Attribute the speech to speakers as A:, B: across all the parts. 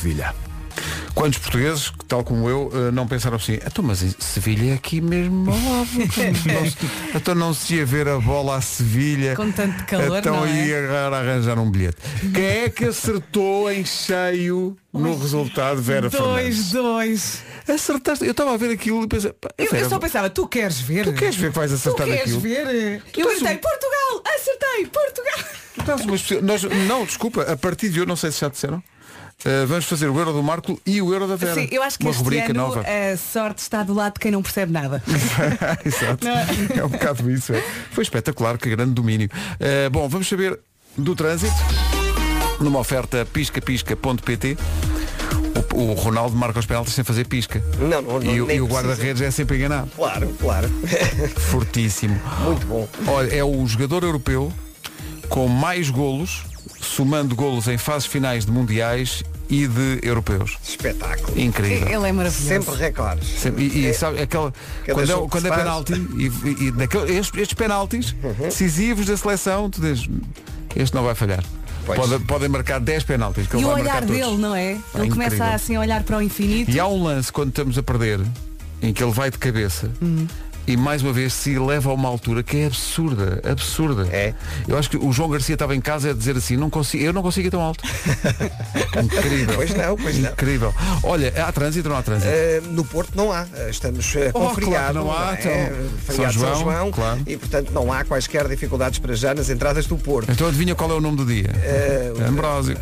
A: Sevilha. Quantos portugueses, que, tal como eu, eh, não pensaram assim, então, mas em Sevilha é aqui mesmo ao lado. Não se- então não se ia ver a bola à Sevilha.
B: Com tanto calor,
A: Então
B: não é?
A: ia agora arranjar um bilhete. Quem é que acertou em cheio no resultado, Vera Fernandes?
B: Dois, dois.
A: Acertaste. Eu estava a ver aquilo e pensei, pá,
B: Eu,
A: Vera,
B: eu só pensava, tu queres ver?
A: tu queres ver que vais
B: Tu
A: acertar
B: queres
A: aquilo?
B: ver?
A: Tu
B: eu
A: tens
B: gritei,
A: um-
B: Portugal! Acertei! Portugal!
A: Não, mas pessoa- nós, não, desculpa, a partir de hoje, não sei se já disseram, eh, vamos fazer o Euro do Marco e o Euro da Vera.
B: Sim, eu acho que
A: Uma
B: este
A: rubrica
B: ano
A: nova.
B: a sorte está do lado de quem não percebe nada.
A: Exato.
B: Não é?
A: É um bocado isso. é. Foi espetacular, que grande domínio. Eh, bom, vamos saber do trânsito. Numa oferta piscapisca.pt o, o Ronaldo marca os penaltis sem fazer pisca.
C: Não, não, não,
A: E, o-
C: nem
A: e o
C: precisa.
A: guarda-redes é sempre enganado.
C: Claro, claro.
A: Fortíssimo.
C: Muito bom.
A: Olha, é o jogador europeu com mais golos, somando golos em fases finais de mundiais e de europeus.
C: Espetáculo.
A: Incrível.
B: Ele é maravilhoso.
C: Sempre recordes. É,
A: Sempre- E, e sabe, aquela,
C: Cada
A: quando
C: jogo
A: é,
C: que
A: quando
C: se
A: é
C: faz. Uhum.
A: penalti, e, e naquele- estes, estes penaltis decisivos da seleção, tu dizes, este não vai falhar.
C: Pois.
A: Podem podem marcar 10 penaltis, que
B: E
A: ele
B: o
A: vai
B: olhar
A: marcar
B: dele,
A: todos.
B: não é? Ele
A: incrível.
B: começa assim a olhar para o infinito.
A: E há um lance quando estamos a perder, em que ele vai de cabeça.
B: Uhum.
A: E mais uma vez se eleva a uma altura que é absurda, absurda.
C: É.
A: Eu acho que o João Garcia estava em casa a dizer assim, não consigo, eu não consigo ir tão alto. Incrível.
C: Pois não, pois não.
A: Incrível. Olha, há trânsito ou não há trânsito?
C: Eh, no Porto não há, Eh, estamos eh, com
A: Oh,
C: feriado,
A: claro, não há,
C: é? feriado
A: então,
C: de
A: São
C: São
A: João,
C: João,
A: claro.
C: e portanto não há quaisquer dificuldades para já nas entradas do Porto.
A: Então adivinha qual é o nome do dia?
C: Eh,
A: Ambrósio.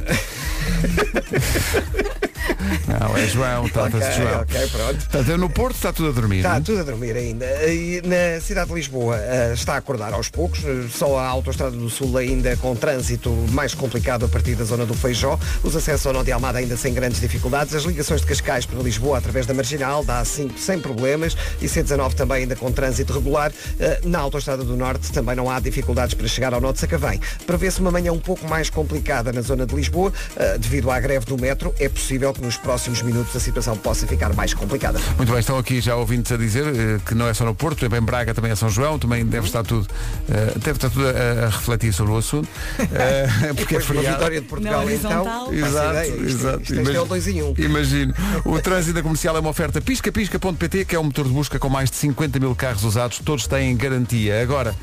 A: Não, é João, trata-se de
C: ok,
A: João.
C: ok, Tá. pronto.
A: Portanto, eu no Porto está tudo a dormir.
C: Está
A: não? é?
C: tudo a dormir ainda. E na cidade de Lisboa eh, está a acordar aos poucos. Eh, Só a Autostrada do Sul ainda com trânsito mais complicado a partir da zona do Feijó. Os acessos ao Nó de Almada ainda sem grandes dificuldades. As ligações de Cascais para Lisboa através da Marginal dá assim sem problemas. E C19 também ainda com trânsito regular. Eh, na Autostrada do Norte também não há dificuldades para chegar ao Nó de Sacavém. Prevê-se uma manhã um pouco mais complicada na zona de Lisboa. eh, devido à greve do metro, é possível que nos próximos minutos a situação possa ficar mais complicada.
A: Muito bem, estão aqui já ouvintes a dizer eh, que não é só no Porto, também em Braga, também é São João, também
C: Uhum.
A: deve estar tudo, eh, deve estar tudo a, a refletir sobre o assunto. eh, porque é
C: Depois de uma
A: feriado.
C: vitória de Portugal, então.
B: Na horizontal.
C: faço
A: Exato,
C: ideia, isto,
A: exato.
C: Isto, isto é o 2 em 1. Um.
A: Imagino. O trânsito da comercial é uma oferta piscapisca.pt, que é um motor de busca com mais de 50 mil carros usados, todos têm garantia. Agora,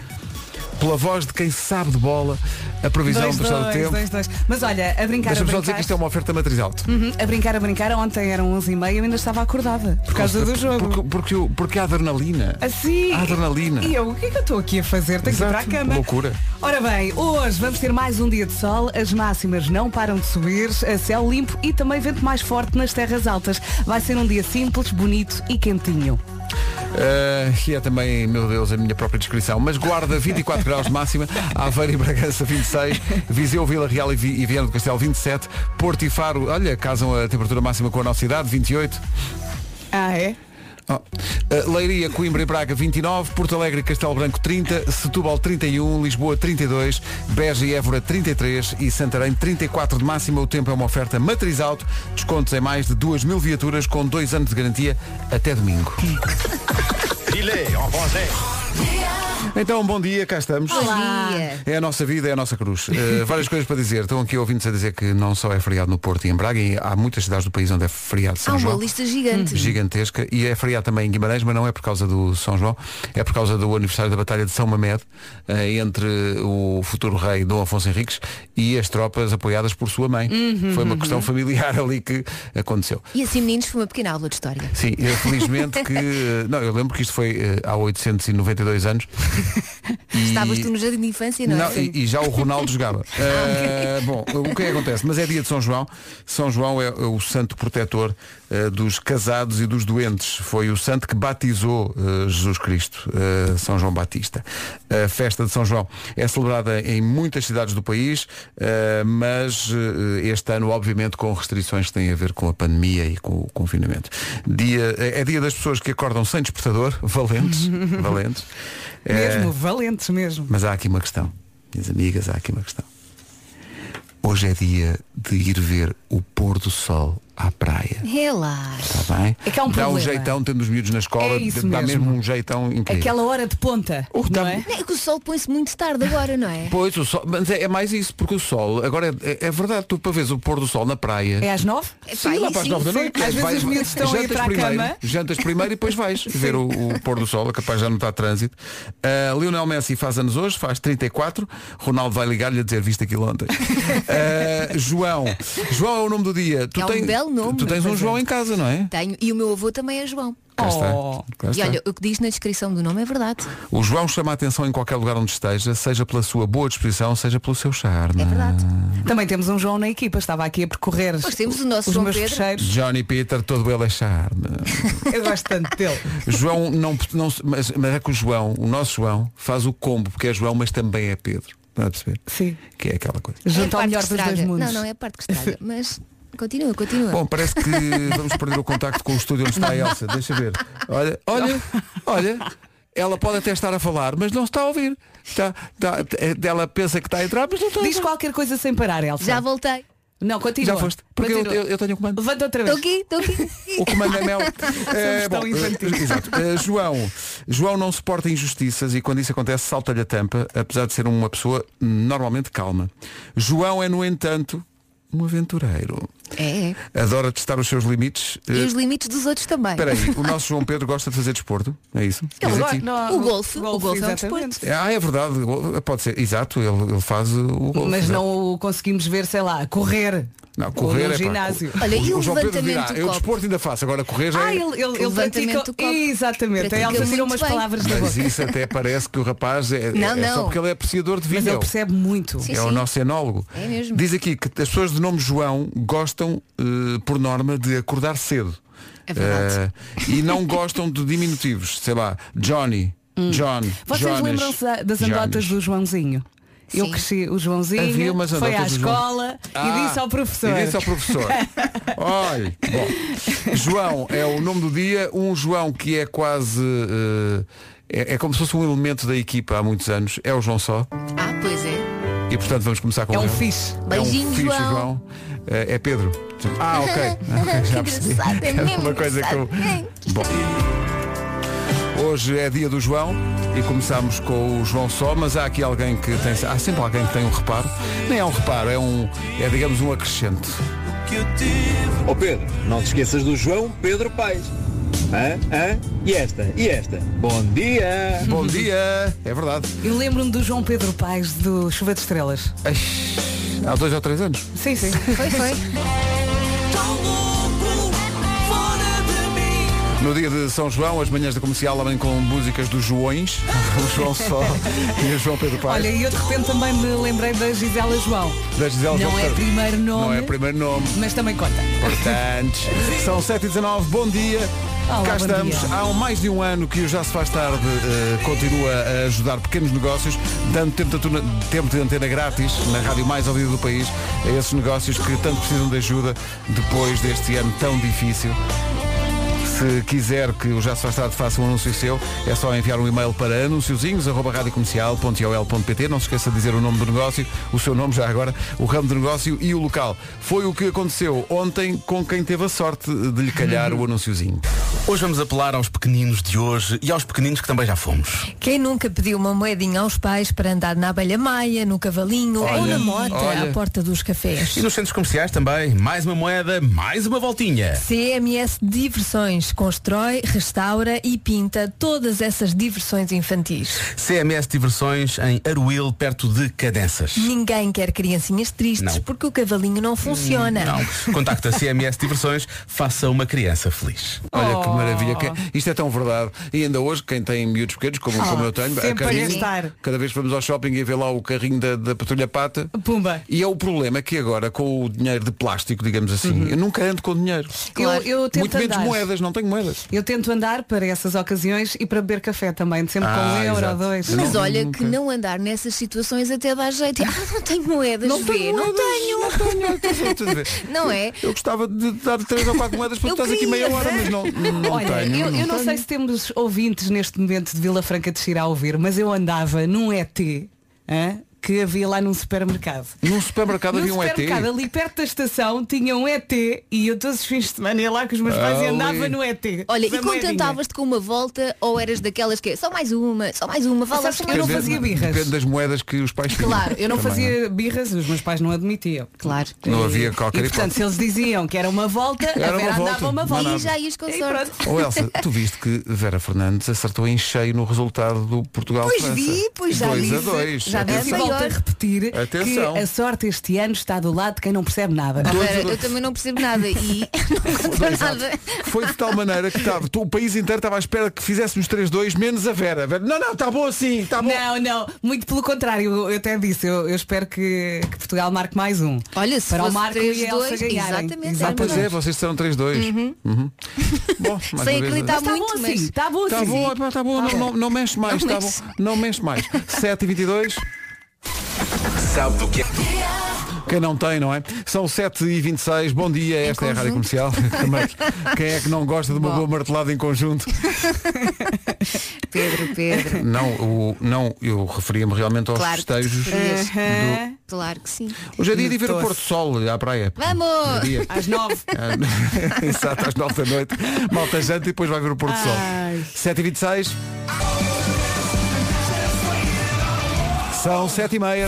A: pela voz de quem sabe de bola, a previsão
B: dois,
A: do estado do
B: dois,
A: tempo.
B: dois, dois. Mas olha, a brincar,
A: Deixa-me
B: a
A: só
B: brincar.
A: dizer que isto é uma oferta matriz alto.
B: Uhum, a brincar, a brincar, ontem eram 11 e meia eu ainda estava acordada por causa do jogo.
A: Porque, porque, o- porque a adrenalina.
B: Assim.
A: A adrenalina.
B: E eu, o que é que eu estou aqui a fazer? Tenho
A: Exato,
B: que ir para a cama.
A: loucura.
B: Ora bem, hoje vamos ter mais um dia de sol, as máximas não param de subir, a céu limpo e também vento mais forte nas terras altas. Vai ser um dia simples, bonito e quentinho.
A: Eh, e é também, meu Deus, a minha própria descrição. Mas guarda 24 graus de máxima, Aveiro e Bragança 26, Viseu, Vila Real e, Vi, e Viana do Castelo 27, Porto e Faro, olha, casam a temperatura máxima com a nossa cidade, 28.
B: Ah, é?
A: Oh. Eh, Leiria, Coimbra e Braga 29, Porto Alegre e Castelo Branco 30, Setúbal 31, Lisboa 32, Beja e Évora 33 e Santarém 34 de máxima. O tempo é uma oferta matriz alto, descontos em mais de 2 mil viaturas com 2 anos de garantia até domingo. Então, bom dia, cá estamos. É a nossa vida, é a nossa cruz. Eh, várias coisas para dizer. Estão aqui ouvintes a dizer que não só é feriado no Porto e em Braga, e há muitas cidades do país onde é feriado de São
D: Há uma
A: João. Hum,
D: lista gigante.
A: Gigantesca. E é feriado também em Guimarães, mas não é por causa do São João, é por causa do aniversário da Batalha de São Mamed, eh, entre o futuro rei Dom Afonso Henriques e as tropas apoiadas por sua mãe.
D: Uhum.
A: Foi uma questão familiar ali que aconteceu.
D: E assim, meninos, foi uma pequena aula de história.
A: Sim, eh, felizmente que. eh, Não, eu lembro que isto foi eh, há 892 anos. E-
D: Estavas tu no jardim de infância, não,
A: não,
D: é?
A: e, e já o Ronaldo jogava. Ah, bom, o que é que acontece? Mas é dia de São João. São João é o santo protetor ah, dos casados e dos doentes. Foi o santo que batizou ah, Jesus Cristo, ah, São João Batista. A festa de São João é celebrada em muitas cidades do país, ah, mas ah, este ano, obviamente, com restrições que têm a ver com a pandemia e com o confinamento. Dia, é dia das pessoas que acordam sem despertador, valentes, valentes. É,
B: Mesmo, valentes mesmo.
A: mas há aqui uma questão. Minhas amigas, há aqui uma questão. Hoje é dia de ir ver o pôr do sol à praia.
D: Relaxa.
A: Está bem?
B: É que há um
A: dá um
B: problema.
A: jeitão, tendo os miúdos na escola,
B: É isso
A: dá mesmo.
B: mesmo
A: um jeitão incrível.
B: Aquela hora de ponta, não
A: tá-
B: é?
D: É que o sol põe-se muito tarde agora, não é?
A: Pois, o sol, mas é, é mais isso, porque o sol, agora é, é- é verdade, tu para veres o pôr do sol na praia.
B: É às nove?
A: Sim, lá para as
D: sim,
A: nove da
D: sim.
A: noite.
B: Às vezes os miúdos estão a ir
A: jantas
B: para a
A: primeiro,
B: cama.
A: Jantas primeiro e depois vais ver o, o pôr do sol, é capaz de já não está trânsito. Ah, Lionel Messi faz anos hoje, faz 34. Ronaldo vai ligar-lhe a dizer, viste aquilo ontem. Ah, João. João é o nome do dia. Tu
D: É um
A: tens,
D: belo nome,
A: Tu tens um
D: pois é.
A: João em casa, não é?
D: Tenho. E o meu avô também é João.
A: Cá
B: Oh.
A: está. Cá
D: E
A: está.
D: olha, o que diz na descrição do nome é verdade.
A: O João chama a atenção em qualquer lugar onde esteja, seja pela sua boa disposição, seja pelo seu charme.
D: É verdade.
A: Ah.
B: Também temos um João na equipa, estava aqui a percorrer
D: Nós temos o nosso
B: os
D: João
B: meus
D: Pedro.
B: fecheiros.
A: Johnny Peter, todo ele é charme.
B: Eu gosto tanto dele.
A: João não, não mas, mas é que o João, o nosso João, faz o combo, porque é João, mas também é Pedro. Está a perceber?
B: Sim.
A: Que é aquela coisa.
D: É a
B: Junto ao
D: parte
B: melhor
D: que
B: dos dois
D: estraga.
B: mundos.
D: Não, não, é a parte que estraga. Mas continua, continua.
A: Bom, parece que vamos perder o contacto com o estúdio onde está a Elsa. Deixa ver. Olha, olha, olha. Ela pode até estar a falar, mas não se está a ouvir. Está, está, é- ela pensa que está a entrar, mas não está a
B: Diz
A: entrar.
B: qualquer coisa sem parar, Elsa.
D: Já voltei.
B: Não, continua.
A: Já foste. Porque eu,
B: Continua.
A: eu- eu tenho o comando.
B: Levanta outra
D: Estou
B: vez.
D: aqui, estou aqui.
A: O comando é mel. Eh,
B: tão
A: eh,
B: infantis.
A: exato. Eh, João, João não suporta injustiças e quando isso acontece salta-lhe a tampa, apesar de ser uma pessoa normalmente calma. João é, no entanto, um aventureiro.
D: É, é.
A: Adora testar os seus limites. Eh,
D: E os limites dos outros também.
A: Espera aí, o nosso João Pedro gosta de fazer desporto, é isso?
B: Ele
A: Diz
B: go-
A: aqui.
B: não,
D: O golfe, o golfe é um
B: exatamente.
A: Ah, é verdade, pode ser, exato, ele, ele faz o golfe,
B: Mas não o conseguimos ver, sei lá, correr.
A: Não,
B: Ou
A: correr
B: no
A: é
B: ginásio.
A: Pá,
D: Olha, e o
A: João Pedro dirá,
D: levantamento do
A: eu
D: copo?"
A: desporto ainda faço, agora correr já
B: Ah,
A: é...
B: ele, ele, ele
D: Levantamento
B: pratica...
D: do copo.
B: Exatamente. A
D: Pratica
B: Elsa tirou
D: muito
B: umas
D: bem.
B: palavras da
A: Mas
B: boca.
A: isso até parece que o rapaz é, é-
D: Não,
A: é só
D: não.
A: porque ele é apreciador de
B: Mas
A: vinho.
B: ele percebe muito.
D: Sim.
A: É o nosso enólogo.
D: É mesmo.
A: Diz aqui que as pessoas de nome João gostam, eh, por norma, de acordar cedo.
D: É verdade.
A: Eh, e não gostam de diminutivos. Sei lá, Johnny, John,
B: Hum. Vocês
A: Jonas,
B: lembram-se da- das
A: Jonas.
B: andotas do Joãozinho? Eu
D: Sim.
B: cresci o Joãozinho,
A: Havia umas
B: foi à
A: adotas do João.
B: escola
A: Ah,
B: e disse ao professor.
A: E disse ao professor. Olha, bom. João é o nome do dia, um João que é quase. eh, é, é como se fosse um elemento da equipa há muitos anos. É o João só.
D: Ah, pois é.
A: E portanto vamos começar com
B: É um
A: ele.
B: fixe.
A: é um
D: Beijinho,
A: fixe,
D: João.
A: Eh, É Pedro. Ah, ok. Ok, já percebi.
D: engraçado, é
A: Era
D: mesmo
A: uma coisa que eu-
D: engraçado.
A: Bom. Hoje é dia do João e começámos com o João só, mas há aqui alguém que tem. Há sempre alguém que tem um reparo. Nem é um reparo, é um. É digamos um acrescente.
C: oh,
E: Ó Pedro, não te esqueças do João Pedro Paes. Hã? Hã? E esta? E esta? Bom dia!
A: Bom dia! É verdade.
B: Eu lembro-me do João Pedro Paes do Chuva de Estrelas.
A: Ai, Há dois ou três anos.
B: Sim, sim.
D: Foi, foi.
A: No dia de São João, as manhãs da comercial abrem com músicas dos Joões, o João Só e o João Pedro Paes.
B: Olha, e eu de repente também me lembrei da Gisela João.
A: da Gisela
B: Não
A: João
B: é
A: Pedro.
B: primeiro nome,
A: Não é primeiro nome.
B: mas também conta.
A: Portanto, são 7h19, bom dia.
B: Olá,
A: Cá
B: bom
A: estamos.
B: dia.
A: Há mais de um ano que o Já Se Faz Tarde eh, continua a ajudar pequenos negócios, dando tempo de, atuna- tempo de antena grátis na rádio mais ouvida do país a esses negócios que tanto precisam de ajuda depois deste ano tão difícil. Se quiser que o Já Se Faz Tarde faça um anúncio seu, é só enviar um e-mail para anunciozinhos.radiocomercial.ol.pt Não se esqueça de dizer o nome do negócio, o seu nome já agora, o ramo do negócio e o local. Foi o que aconteceu ontem com quem teve a sorte de lhe calhar o anunciozinho.
F: Hoje vamos apelar aos pequeninos de hoje e aos pequeninos que também já fomos.
G: Quem nunca pediu uma moedinha aos pais para andar na abelha maia, no cavalinho ou na mota
A: olha.
G: à porta dos cafés?
F: E nos centros comerciais também, mais uma moeda, mais uma voltinha.
G: CMS Diversões constrói, restaura e pinta todas essas diversões infantis.
F: CMS Diversões em Aruil, perto de Cadenças.
G: Ninguém quer criancinhas tristes
F: Não.
G: porque o cavalinho não funciona.
F: Não. Contacta CMS Diversões, faça uma criança feliz.
A: Olha que maravilha.
B: Oh.
A: que- Isto é tão verdade. E ainda hoje, quem tem miúdos pequenos, como, como eu tenho,
B: sempre a
A: carrinho-
B: gastar.
A: cada vez que vamos ao shopping e vê lá o carrinho da, da patrulha pata.
B: Pumba.
A: E é o problema que agora, com o dinheiro de plástico, digamos assim,
B: Uhum.
A: eu nunca ando com dinheiro.
B: Eu, eu tento
A: Muito menos
B: andar.
A: moedas, não tenho moedas.
B: Eu tento andar para essas ocasiões e para beber café também, sempre com
A: Ah,
B: um euro
A: exato.
B: ou dois.
A: Eu
D: Mas
A: não-
D: olha
A: nunca.
D: que não andar nessas situações até dá jeito. Ah, não tenho moedas, vê. não tenho.
A: Não tenho.
D: Não é?
A: Eu gostava de dar três ou quatro moedas porque
D: Eu
A: estás aqui
D: queria.
A: meia hora, mas não, não
B: Olha,
A: tenho.
B: eu, eu não sei se temos ouvintes neste momento de Vila Franca de Xira a ouvir, mas eu andava num ET hã, que havia lá num supermercado.
A: Num supermercado
B: Num
A: havia um ET.
B: supermercado ali perto da estação tinha um ET e eu todos os fins de semana ia lá com os meus pais e
A: Ah, Ali.
B: andava no ET.
D: Olha,
B: Da moedinha.
D: e contentavas-te com uma volta ou eras daquelas que é só mais uma, só mais uma, vá lá
B: Sabes como eu não
D: buscar.
A: Depende-
B: fazia birras.
A: Depende das moedas que os pais tinham.
D: Claro,
B: Eu não
A: Também, é?
B: fazia birras, os meus pais não admitiam.
D: Claro.
A: Não havia qualquer
B: E portanto, se eles diziam que era uma volta,
A: Era
B: a Vera
A: uma volta,
B: andava uma
A: mais
B: volta.
A: nada.
D: E já ias com
B: E
D: sorte.
B: pronto.
A: Ou Elsa, tu viste que Vera Fernandes acertou em cheio no resultado do Portugal
D: Pois
A: França.
D: vi, pois já
A: dois a
D: disse,
A: dois.
B: Já disse e
D: Atenção.
B: volto a repetir
A: Atenção.
B: que a sorte este ano está do lado de quem não percebe nada.
D: Oh,
A: Dois
D: Vera,
A: a dois.
D: eu também não percebo nada e não conta nada.
A: Foi de tal maneira que estava, o país inteiro estava à espera que fizéssemos 3-2 menos a Vera. A Vera, Não, não, está bom assim, está bom.
B: Não, não, muito pelo contrário, eu- eu até disse, eu, eu espero que, que Portugal marque mais um.
D: Olha, se
B: Para o
D: fosse
B: Marco e a
D: 3-2,
B: Elsa ganharem.
D: exatamente, era
A: Ah, pois
D: melhor.
A: é, vocês disseram 3-2. Uhum. Bom, mais uma
D: Sem
A: vez,
D: acreditar
B: Mas tá
D: muito,
B: bom
D: mas-
B: assim, está bom
A: Está
B: assim.
A: bom, epá, tá bom, não, não, não mexe mais,
D: Não
A: tá
D: mexe.
A: bom, não mexe mais. 7 e 22
E: Sabe do que é?
A: quem não tem, não é? São 7 e 26 bom dia, esta é a Rádio Comercial. Marcos, quem é que não gosta de uma boa martelada em conjunto?
D: Pedro, Pedro.
A: Não, o, não eu referia-me realmente aos
D: Claro que te
A: festejos.
D: referias.
B: Aham.
D: Claro que sim.
A: Hoje é dia
B: No
A: de ver o
B: doce.
A: pôr do sol à praia.
D: Vamos!
A: Dia.
B: Às nove.
A: Ah, Exato, às 9 da noite. Malta janta e depois vai ver o pôr do sol.
B: Ai.
A: 7h26. São 7h30.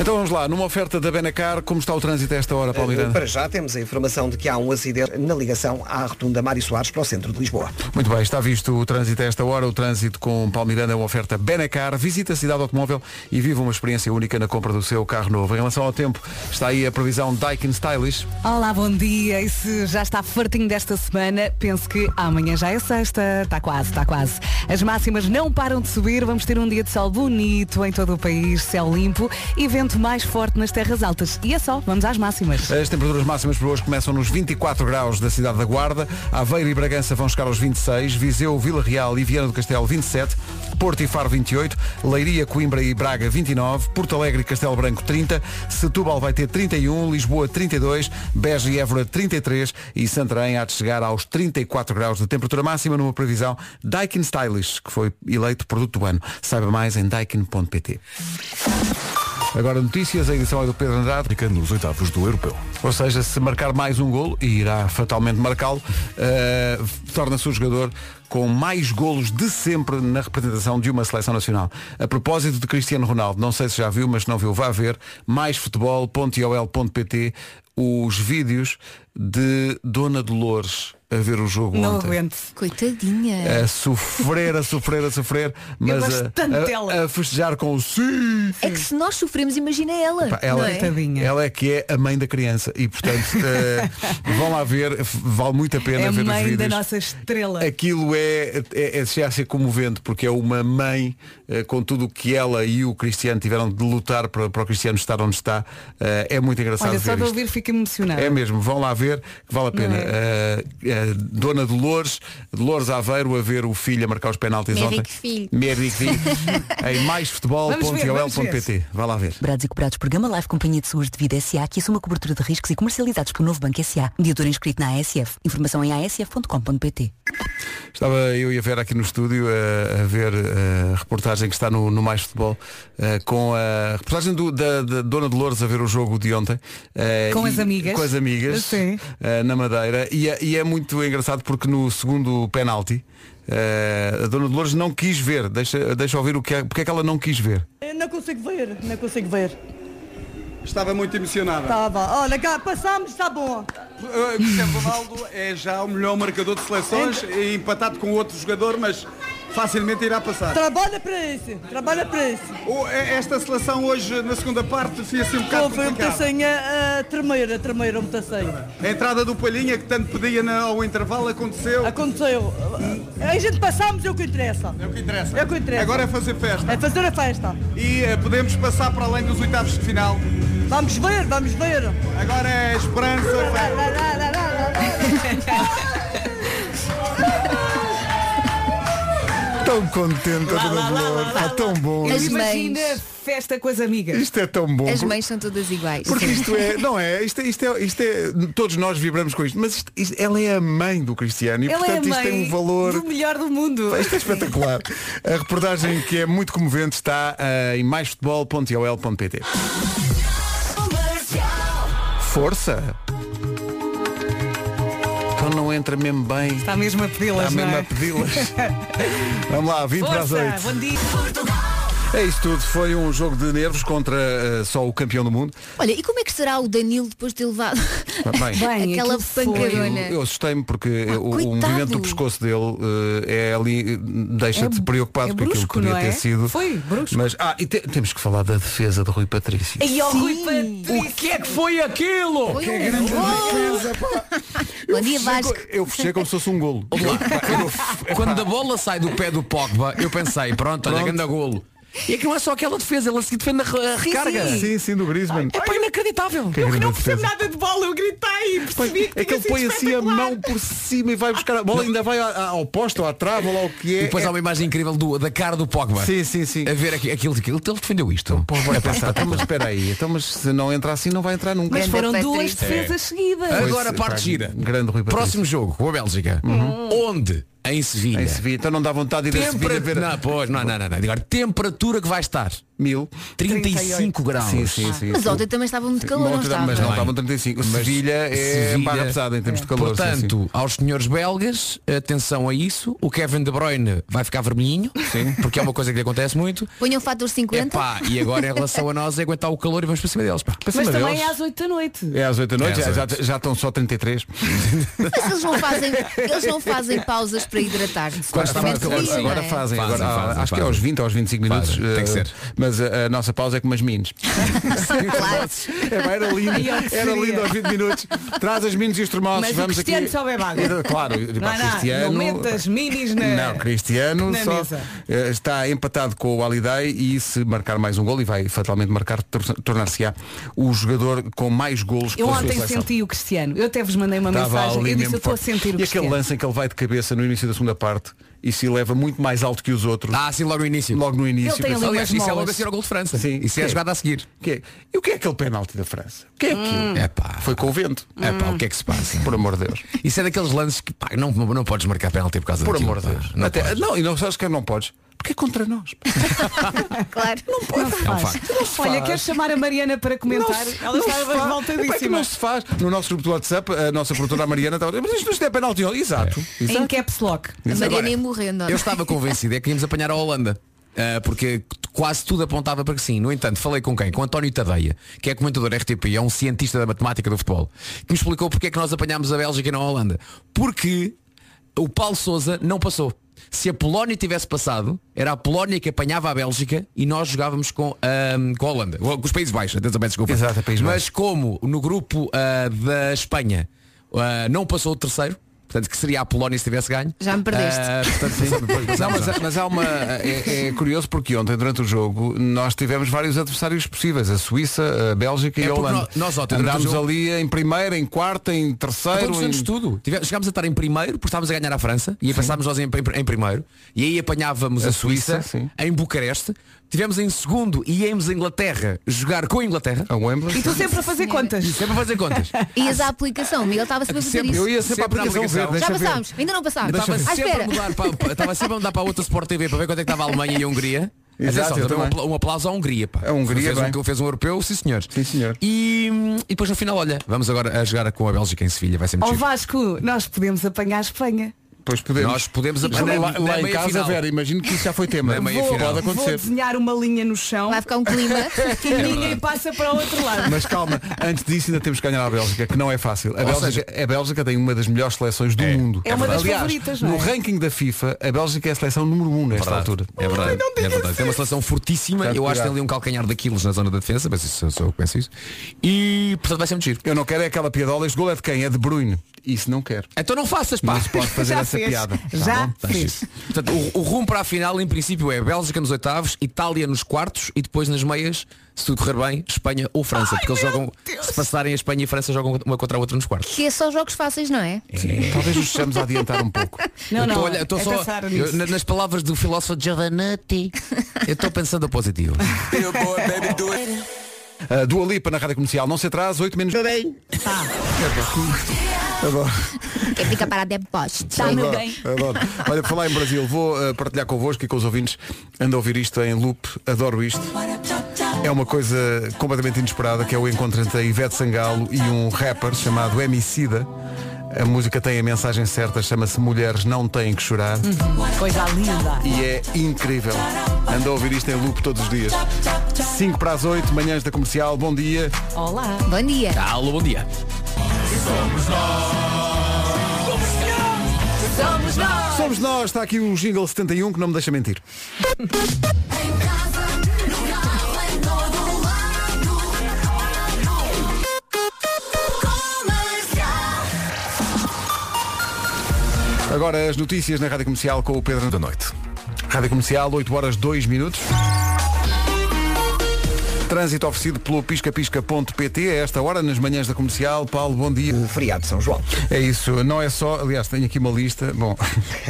A: Então vamos lá, numa oferta da Benacar, como está o trânsito a esta hora, Paulo Miranda?
C: Para já temos a informação de que há um acidente na ligação à rotunda Mário Soares para o centro de Lisboa.
A: Muito bem, está visto o trânsito a esta hora, o trânsito com Paulo Miranda, uma oferta Benacar, visita a cidade automóvel e viva uma experiência única na compra do seu carro novo. Em relação ao tempo, está aí a previsão Daikin Stylish.
B: Olá, bom dia. E se já está fartinho desta semana, penso que amanhã já é sexta. Está quase, está quase. As máximas não param de subir. Vamos ter um dia de sol bonito em todo o país, céu limpo e vento mais forte nas terras altas. E é só, vamos às máximas.
A: As temperaturas máximas para hoje começam nos 24 graus da cidade da Guarda, Aveiro e Bragança vão chegar aos 26, Viseu, Vila Real e Viana do Castelo 27, Porto e Faro 28, Leiria, Coimbra e Braga 29, Porto Alegre e Castelo Branco 30, Setúbal vai ter 31, Lisboa 32, Beja e Évora 33 e Santarém há de chegar aos 34 graus de temperatura máxima numa previsão Daikin Stylish, que foi eleito produto do ano. Saiba mais em daikin.pt. Agora notícias, a edição é do Pedro Andrade.
H: Fica nos oitavos do europeu.
A: Ou seja, se marcar mais um golo, e irá fatalmente marcá-lo, eh, torna-se o jogador com mais golos de sempre na representação de uma seleção nacional. A propósito de Cristiano Ronaldo, não sei se já viu, mas se não viu, vá ver, maisfutebol.iol.pt, os vídeos de Dona Dolores a ver o jogo
B: Não
A: ontem.
B: aguento.
D: Coitadinha.
A: A sofrer, a sofrer, a sofrer, mas
B: gosto
A: a-
B: tanto
A: a-
B: dela.
A: a festejar com o sim.
D: É que se nós sofremos, imagina ela.
A: Pá, ela,
D: não
A: é?
D: é?
B: Tadinha.
A: ela é que é a mãe da criança e portanto eh, vão lá ver, f- vale muito a pena
B: É a
A: ver os
B: mãe da
A: vídeos.
B: nossa estrela.
A: Aquilo é, é, é chega a ser comovente porque é uma mãe eh, com tudo o que ela e o Cristiano tiveram de lutar para, para o Cristiano estar onde está. Eh, é muito engraçado
B: Olha,
A: ver
B: só de
A: isto.
B: ouvir fico emocionada.
A: É mesmo, vão lá ver, que vale a pena.
B: é?
A: Eh, eh, Dona Dolores, Dolores Aveiro a ver o filho a marcar os penaltis
D: Mérico
A: ontem.
D: Filho.
A: Mérico Filho. em
B: Vamos ver,
A: maisfutebol.ol.pt. Vá lá ver.
I: Brados e cobrados, programa Live Companhia de Seguros de Vida SA, que assuma cobertura de riscos e comercializados pelo novo Banco SA. Mediador inscrito na ASF. Informação em asf.com.pt.
A: Estava eu e a Vera aqui no estúdio eh, a, ver eh, a reportagem que está no, no Mais Futebol eh, com a reportagem do- da, da Dona Dolores a ver o jogo de ontem. eh,
B: Com
A: e-
B: as amigas.
A: Com as amigas
B: Sim.
A: eh, na Madeira. E, é- e é muito engraçado porque no segundo penalti eh, a Dona Dolores não quis ver. Deixa, deixa ouvir o que é, porque é que ela não quis ver.
J: Não consigo ver, não consigo ver.
K: Estava muito emocionada.
J: Estava, olha cá, passamos, está bom.
K: Uh, Cristiano Ronaldo é já o melhor marcador de seleções, e empatado com outro jogador, mas facilmente irá passar.
J: Trabalha para isso, trabalha para isso.
K: O- é- Esta seleção hoje, na segunda parte, foi assim um bocado
J: Houve eh, muita
K: complicada.
J: senha, a tremer, a tremer, muita senha.
K: A entrada do Palhinha, que tanto pedia na- ao intervalo, aconteceu.
J: Aconteceu. Eh, A gente passamos, é o que interessa.
K: É o que interessa.
J: É o que interessa.
K: Agora é fazer festa.
J: É fazer a festa.
K: E eh, podemos passar para além dos oitavos de final.
J: Vamos ver, vamos ver.
K: Agora é esperança.
J: Lá, lá, lá, lá, lá, lá.
A: Tão contente, a Dona Dolores. É tão bom.
B: As Imagina festa com as amigas.
A: Isto é tão bom.
D: As
A: porque-
D: mães são todas iguais.
A: Porque isto é, não é, isto é, isto é, isto é- todos nós vibramos com isto, mas isto- isto- ela é a mãe do Cristiano e
B: Ela é a
A: portanto isto
B: mãe
A: tem um valor.
B: do melhor do mundo.
A: Isto é espetacular. A reportagem que é muito comovente está eh, em maisfutebol.ol.pt Força! Então não entra mesmo bem.
B: Está mesmo a pedi-las,
A: Está mesmo
B: não é?
A: a pedi-las. Vamos lá, 20 para as 8.
B: Força, bom dia.
A: É isso tudo, foi um jogo de nervos contra eh, só o campeão do mundo.
D: Olha, e como é que será o Danilo depois de ter levado
A: Bem,
D: aquela
B: aquilo foi-
D: pancadona?
A: Eu, eu assustei-me porque
B: Ah,
A: o- o
D: coitado.
A: movimento do pescoço dele eh, é ali, eh, deixa-te
B: É-
A: preocupado com
B: é
A: aquilo que
B: brusco,
A: podia
B: não é?
A: ter sido.
B: Foi brusco.
A: Mas, ah, e te- temos que falar da defesa de Rui Patrício.
B: E ao Rui Patrício.
A: O que é que foi aquilo?
D: Foi
A: Que
D: um
A: grande
D: gol.
A: defesa, pá.
D: Bom
A: fechei
D: dia, Vasco.
A: co- Eu fechei como se fosse um golo.
H: Quando a bola sai do pé do Pogba, eu pensei, pronto, olha,
A: Pronto.
H: grande golo. E é que não é só aquela defesa, ela se defende na re- a recarga.
A: Sim, sim, do Griezmann.
H: É pá, inacreditável.
A: Que grande defesa.
B: nada de bola, eu gritei e percebi
A: É que ele põe assim a mão por cima e vai buscar a bola, ainda vai à- à- ao posto, ou à trava, ou lá o que é.
H: E depois
A: é...
H: há uma imagem incrível do- da cara do Pogba.
A: Sim, sim, sim.
H: A ver aqui, aquilo, aquilo, ele defendeu isto.
A: Pogba a pensar, então, mas espera aí, então, mas se não entrar assim não vai entrar nunca.
B: Mas
D: Grande
B: foram
D: Patrício.
B: duas defesas
A: É.
B: seguidas.
H: Agora a
A: Pois,
H: parte
A: pá,
H: gira.
A: Grande Rui Patrício.
H: Próximo jogo com a Bélgica.
F: Uhum.
H: Onde? Em Sevilha.
A: Em Sevilha. Então não dá vontade de ir a Sevilha ver.
H: Temperatura. Não, pois, não, não, não, não. Agora, temperatura que vai estar.
A: Mil.
H: 35 graus.
A: Sim, sim, sim.
D: Mas
A: sim.
D: ontem também estava muito calor,
A: Ontem
D: não
A: dá-
D: estava?
A: Mas não
H: Bem.
B: é.
A: estavam 35.
H: Mas
A: Sevilha é
H: Sevilha-
A: barra pesada em termos de calor. sim, sim.
H: Portanto, aos senhores belgas, atenção a isso. O Kevin De Bruyne vai ficar vermelhinho, porque é uma coisa que lhe acontece muito.
D: Ponham um fator 50.
H: Epá, e agora em relação a nós é aguentar o calor e vamos para cima deles. Pá. Para cima
B: Mas também
H: deles.
B: às 8 da noite.
A: É às 8 da noite,
H: É às
A: já,
H: oito.
A: já estão só 33.
D: Mas eles não fazem, eles não fazem pausas para hidratar-se.
A: Agora,
D: Também
A: fazem, agora,
D: deviam, não
A: agora
D: é?
A: fazem,
H: Fazem,
A: agora,
H: fazem,
A: acho que
H: fazem.
A: é aos 20 ou aos 25 minutos.
H: Fazem, tem que
A: eh,
H: ser.
A: Mas a, a nossa pausa é com umas minas.
D: Claro.
A: É, pá, era lindo,
B: Ai, eu que
A: era
B: seria.
A: lindo aos 20 minutos. Traz as minas e os termossos.
B: Mas o
A: vamos
B: Cristiano
A: aqui.
B: só bebe
A: Claro,
B: água.
A: pá,
B: Não, não, não
A: Cristiano.
B: metas minis na...
A: Não, Cristiano
B: né? na
A: só
B: mesa.
A: eh, está empatado com o Aliday e se marcar mais um gol e vai fatalmente marcar, tor- tornar-se-á o jogador com mais golos
B: Eu
A: pela sua
B: ontem
A: seleção.
B: senti o Cristiano. Eu até vos mandei uma
A: Estava ali
B: mensagem. Eu disse,
A: mesmo
B: eu estou a
A: forte.
B: sentir
A: E
B: o
A: aquele
B: Cristiano.
A: lance em que ele vai de cabeça no início da segunda parte e se eleva muito mais alto que os outros
H: Ah, sim, logo no início.
A: logo no início.
B: Ele tem
A: pensava,
B: ali
H: Aliás,
B: umas
H: isso é
B: molas.
H: logo a seguir ao gol de França.
A: Sim.
H: Isso é a
A: Sim.
H: jogada a seguir. Hum.
A: "Que é- E o que é aquele penalti da França? O que é aquilo?
H: Epá,
A: Foi com o vento.
H: epá, o que é que se passa?
A: Por amor de Deus.
H: Isso é daqueles lances que pá, não, não podes marcar penalti por causa
A: Por
H: daquilo,
A: amor de
H: pá.
A: Deus.
H: Não
A: Até-
H: podes.
A: não, e não sabes que não podes. Porque é contra nós.
D: Claro.
H: É um facto.
B: Olha, queres chamar a Mariana para comentar?
A: se-
B: Ela
A: se
B: estava
A: faz.
B: revoltadíssima.
A: Epá, é que não se faz. No nosso grupo do WhatsApp, a nossa produtora a Mariana estava a dizer, mas isto não é penalti. Exato.
H: É.
B: Em
A: exato.
B: caps lock.
D: A
A: Isso
D: Maria
A: agora.
D: nem morrendo.
H: Eu estava convencido é que íamos apanhar a Holanda. Ah, porque quase tudo apontava para que sim. No entanto, falei com quem? Com António Tadeia, que é comentador RTP, é um cientista da matemática do futebol, que me explicou porque é que nós apanhámos a Bélgica e não a Holanda. Porque o Paulo Souza não passou. Se a Polónia tivesse passado, era a Polónia que apanhava a Bélgica e nós jogávamos com, ahm, com a Holanda, com os Países Baixos, atenção, peço desculpa.
A: Exato, Países Baixos.
H: Mas mas como no grupo ah, da Espanha ah, não passou o terceiro, portanto que seria a Polónia se tivesse ganho.
D: Já me perdeste.
H: ah, portanto, sim, depois
A: Não,
H: passamos,
A: mas,
H: não.
A: mas há uma. É, é curioso porque ontem, durante o jogo, nós tivemos vários adversários possíveis, a Suíça, a Bélgica
H: É
A: e a
H: porque
A: Holanda.
H: nó- nós ontem, durante o
A: Andámos
H: jogo-
A: ali em primeira, em quarta, em
H: Então
A: terceiro.
H: fizemos
A: em-
H: tudo. Tive- Chegámos a estar em primeiro, porque estávamos a ganhar a França, e aí passámos nós em, em- em primeiro, e aí apanhávamos a,
A: A Suíça,
H: Suíça,
A: sim.
H: em Bucareste, tivemos em segundo e íamos a Inglaterra jogar com a Inglaterra.
A: A Wembley.
B: E tu sempre a fazer contas.
H: Sempre a é fazer contas.
D: Ias à aplicação, Miguel estava sempre a fazer
H: Sempre,
D: isso.
A: Eu ia sempre à
H: Sempre na
A: aplicação
H: aplicação.
A: ver, deixa
D: Já
A: ver.
D: passámos, ainda não passámos.
H: Estava
D: à
H: sempre,
D: espera.
H: a mudar para, para- estava sempre a mudar para outra Sport TV para ver quanto é que estava a Alemanha e a Hungria.
A: Exato, eu
H: Atenção, também um
A: também.
H: apla- um aplauso à Hungria. Pá.
A: A Hungria,
H: fez
A: bem.
H: um, fez um europeu, sim senhor.
A: Sim, senhor.
H: E, e depois no final, olha, vamos agora a jogar com a Bélgica em Sevilha, vai ser muito
B: Ao
H: giro.
B: Vasco, nós podemos apanhar a Espanha.
A: Pois podemos.
H: Nós podemos
A: Mas
H: apanhar
A: lá,
H: na-
A: lá
H: na
A: em
H: meia
A: casa,
H: final.
A: Vera, imagino que isso já foi tema.
H: Na meia final.
A: Pode
B: Vou
A: acontecer.
B: desenhar uma linha no chão
D: Vai ficar um clima.
B: e ninguém passa para o outro lado.
A: Mas calma, antes disso ainda temos que ganhar a Bélgica, que não é fácil. A
H: Ou
A: Bélgica,
H: seja-
A: a Bélgica tem uma das melhores seleções do mundo.
B: É uma das
A: Aliás,
B: favoritas, não
A: No
B: é?
A: ranking da FIFA, a Bélgica é a seleção número 1 um nesta altura.
H: É verdade, é verdade. Tem uma seleção fortíssima.
A: Portanto,
H: eu acho que
A: cuidado.
H: tem ali um calcanhar daquilo na zona da defesa, mas isso sou eu que penso isso. E portanto vai ser muito giro.
A: Eu não quero é aquela piadola, este gol é de quem? É de Bruyne. Isso não quero.
H: Então não faças, pá.
A: Não se pode fazer
B: Já
H: essa
A: essa
B: fez.
H: piada.
B: Já
H: bom, tá
B: fez.
H: giro. Portanto, o, o rumo para a final, em princípio, é Bélgica nos oitavos, Itália nos quartos e depois nas meias, se tudo correr bem, Espanha ou França. porque eles jogam, se passarem a Espanha e a França, jogam uma contra a outra nos quartos.
D: Que é só jogos fáceis, não é?
H: Talvez nos estejamos a adiantar um pouco.
D: Não,
H: Eu
D: não,
H: tô a olhar- eu tô
D: é
H: só-
D: pensar
H: eu-
D: nisso.
H: na- nas palavras do filósofo Giovanotti, eu estou pensando a positivo.
A: A Dua Lipa na Rádio Comercial. Não se atrasa, 8 menos... Bem. Adoro.
D: Quem fica parado é poste.
A: Adoro, adoro. É Olha, por falar em Brasil, vou eh, partilhar convosco e com os ouvintes. Ando a ouvir isto em loop, adoro isto. É uma coisa completamente inesperada, que é o encontro entre a Ivete Sangalo e um rapper chamado Emicida. A música tem a mensagem certa, chama-se Mulheres Não Têm Que Chorar.
B: Uhum. Coisa linda.
A: E é incrível. Ando a ouvir isto em loop todos os dias. 5 para as 8, manhãs da comercial. Bom dia.
B: Olá.
D: Bom dia.
A: Tá.
H: Alô, bom dia.
A: Somos nós.
D: Somos nós.
A: Somos nós. Está aqui o Jingle 71 que não me deixa mentir. Agora as notícias na Rádio Comercial com o Pedro da Noite. Rádio Comercial, 8 horas 2 minutos. Trânsito oferecido pelo piscapisca.pt a esta hora, nas manhãs da comercial. Paulo, bom dia. O
C: feriado de São João.
A: É isso, não é só, aliás, tenho aqui uma lista. Bom,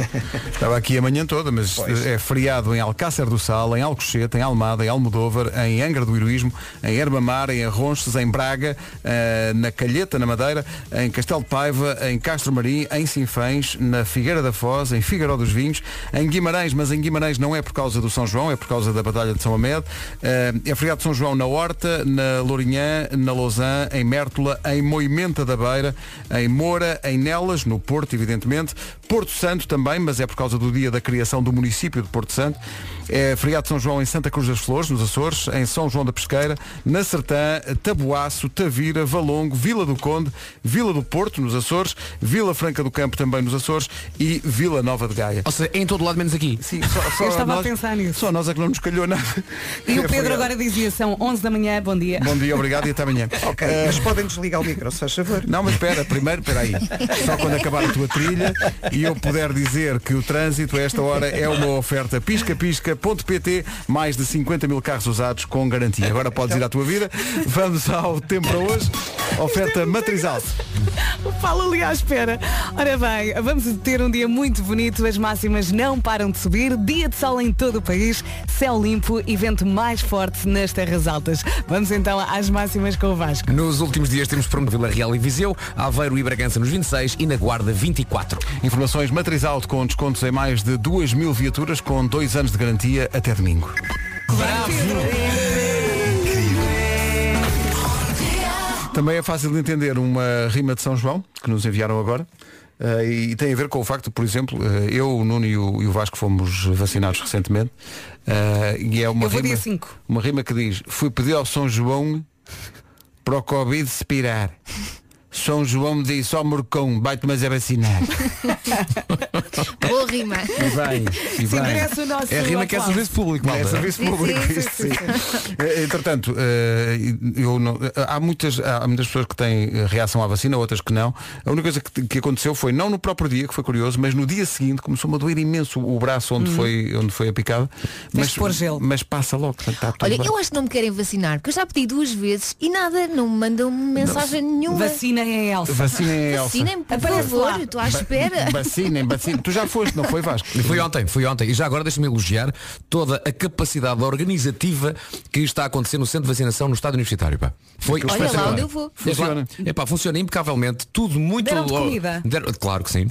A: estava aqui a manhã toda, mas é feriado em Alcácer do Sal, em Alcochete, em Almada, em Almodóvar, em Angra do Heroísmo, em Herbamar, em Arronches, em Braga, eh, na Calheta, na Madeira, em Castelo de Paiva, em Castro Marim, em Sinfãs, na Figueira da Foz, em Figueiró dos Vinhos, em Guimarães, mas em Guimarães não é por causa do São João, é por causa da Batalha de São Amed. Eh, É feriado de São João na Horta, na Lourinhã, na Lousã, em Mértola, em Moimenta da Beira, em Moura, em Nelas, no Porto, evidentemente. Porto Santo também, mas é por causa do dia da criação do município de Porto Santo. É feriado de São João em Santa Cruz das Flores, nos Açores, em São João da Pesqueira, na Sertã, Taboaço, Tavira, Valongo, Vila do Conde, Vila do Porto, nos Açores, Vila Franca do Campo, também nos Açores, e Vila Nova de Gaia.
H: Ou seja, é em todo lado menos aqui.
A: Sim, só, só
B: Eu estava a
A: nós-
B: pensar nisso.
A: Só nós é que não nos calhou nada.
B: E
A: É
B: o Pedro
A: feriado.
B: agora dizia, são 11 da manhã, bom dia.
A: Bom dia, obrigado e até amanhã.
C: Ok,
A: Eh,
C: mas podem desligar o micro, se faz favor.
A: Não, mas espera, primeiro, espera aí. Só quando acabar a tua trilha e eu puder dizer que o trânsito a esta hora é uma oferta piscapisca.pt, mais de 50 mil carros usados com garantia. Agora podes ir à tua vida. Vamos ao tempo para hoje. Oferta matrizal.
B: O Paulo ali à espera. Ora bem, vamos ter um dia muito bonito, as máximas não param de subir, dia de sol em todo o país, céu limpo e vento mais forte nas terras altas. Vamos então às máximas com o Vasco.
H: Nos últimos dias temos promo Vila Real e Viseu, Aveiro e Bragança nos 26 e na Guarda 24.
A: Informações matriz alto com descontos em mais de 2 mil viaturas com dois anos de garantia até domingo. Também é fácil de entender uma rima de São João, que nos enviaram agora. eh, e tem a ver com o facto, por exemplo, eh, eu, o Nuno e o, e o Vasco fomos vacinados recentemente. eh, e é uma
B: Eu vou
A: rima,
B: dia cinco.
A: uma rima que diz, fui pedir ao São João para o Covid se pirar. São João me disse, ó morcão, vai-te mas é vacinar.
D: Boa rima.
A: E vai, e vai.
D: merece o nosso
H: É a rima que é aplauso. serviço público, malta.
A: É serviço
D: Sim,
A: público,
D: sim,
A: isto
D: sim,
A: sim. Eh, Entretanto, eh, eu não- há, muitas, há muitas pessoas que têm eh, reação à vacina, outras que não. A única coisa que, que aconteceu foi, não no próprio dia, que foi curioso, mas no dia seguinte começou-me a doer imenso o braço onde,
D: Hum.
A: foi, onde foi a picada. Mas, mas passa logo. portanto, está tudo
D: Olha,
A: bem.
D: eu acho que não me querem vacinar, porque eu já pedi duas vezes e nada, não me mandam mensagem nenhuma.
B: Vacinem a Elsa.
A: Vacinem a é Elsa.
D: Vacinem, por
B: Aparece
D: favor,
B: lá.
D: eu estou à espera.
A: Vacinem, vacinem. Tu já foste, não foi Vasco?
H: Foi ontem, foi ontem. E já agora deixa-me elogiar toda a capacidade organizativa que está a acontecer no centro de vacinação no Estado Universitário. Pá. Foi
D: Olha lá
H: espetacular.
D: onde eu vou.
H: Funciona. É pá, funciona impecavelmente. Tudo muito.
D: Deram-te comida?
H: Deram- Claro que sim.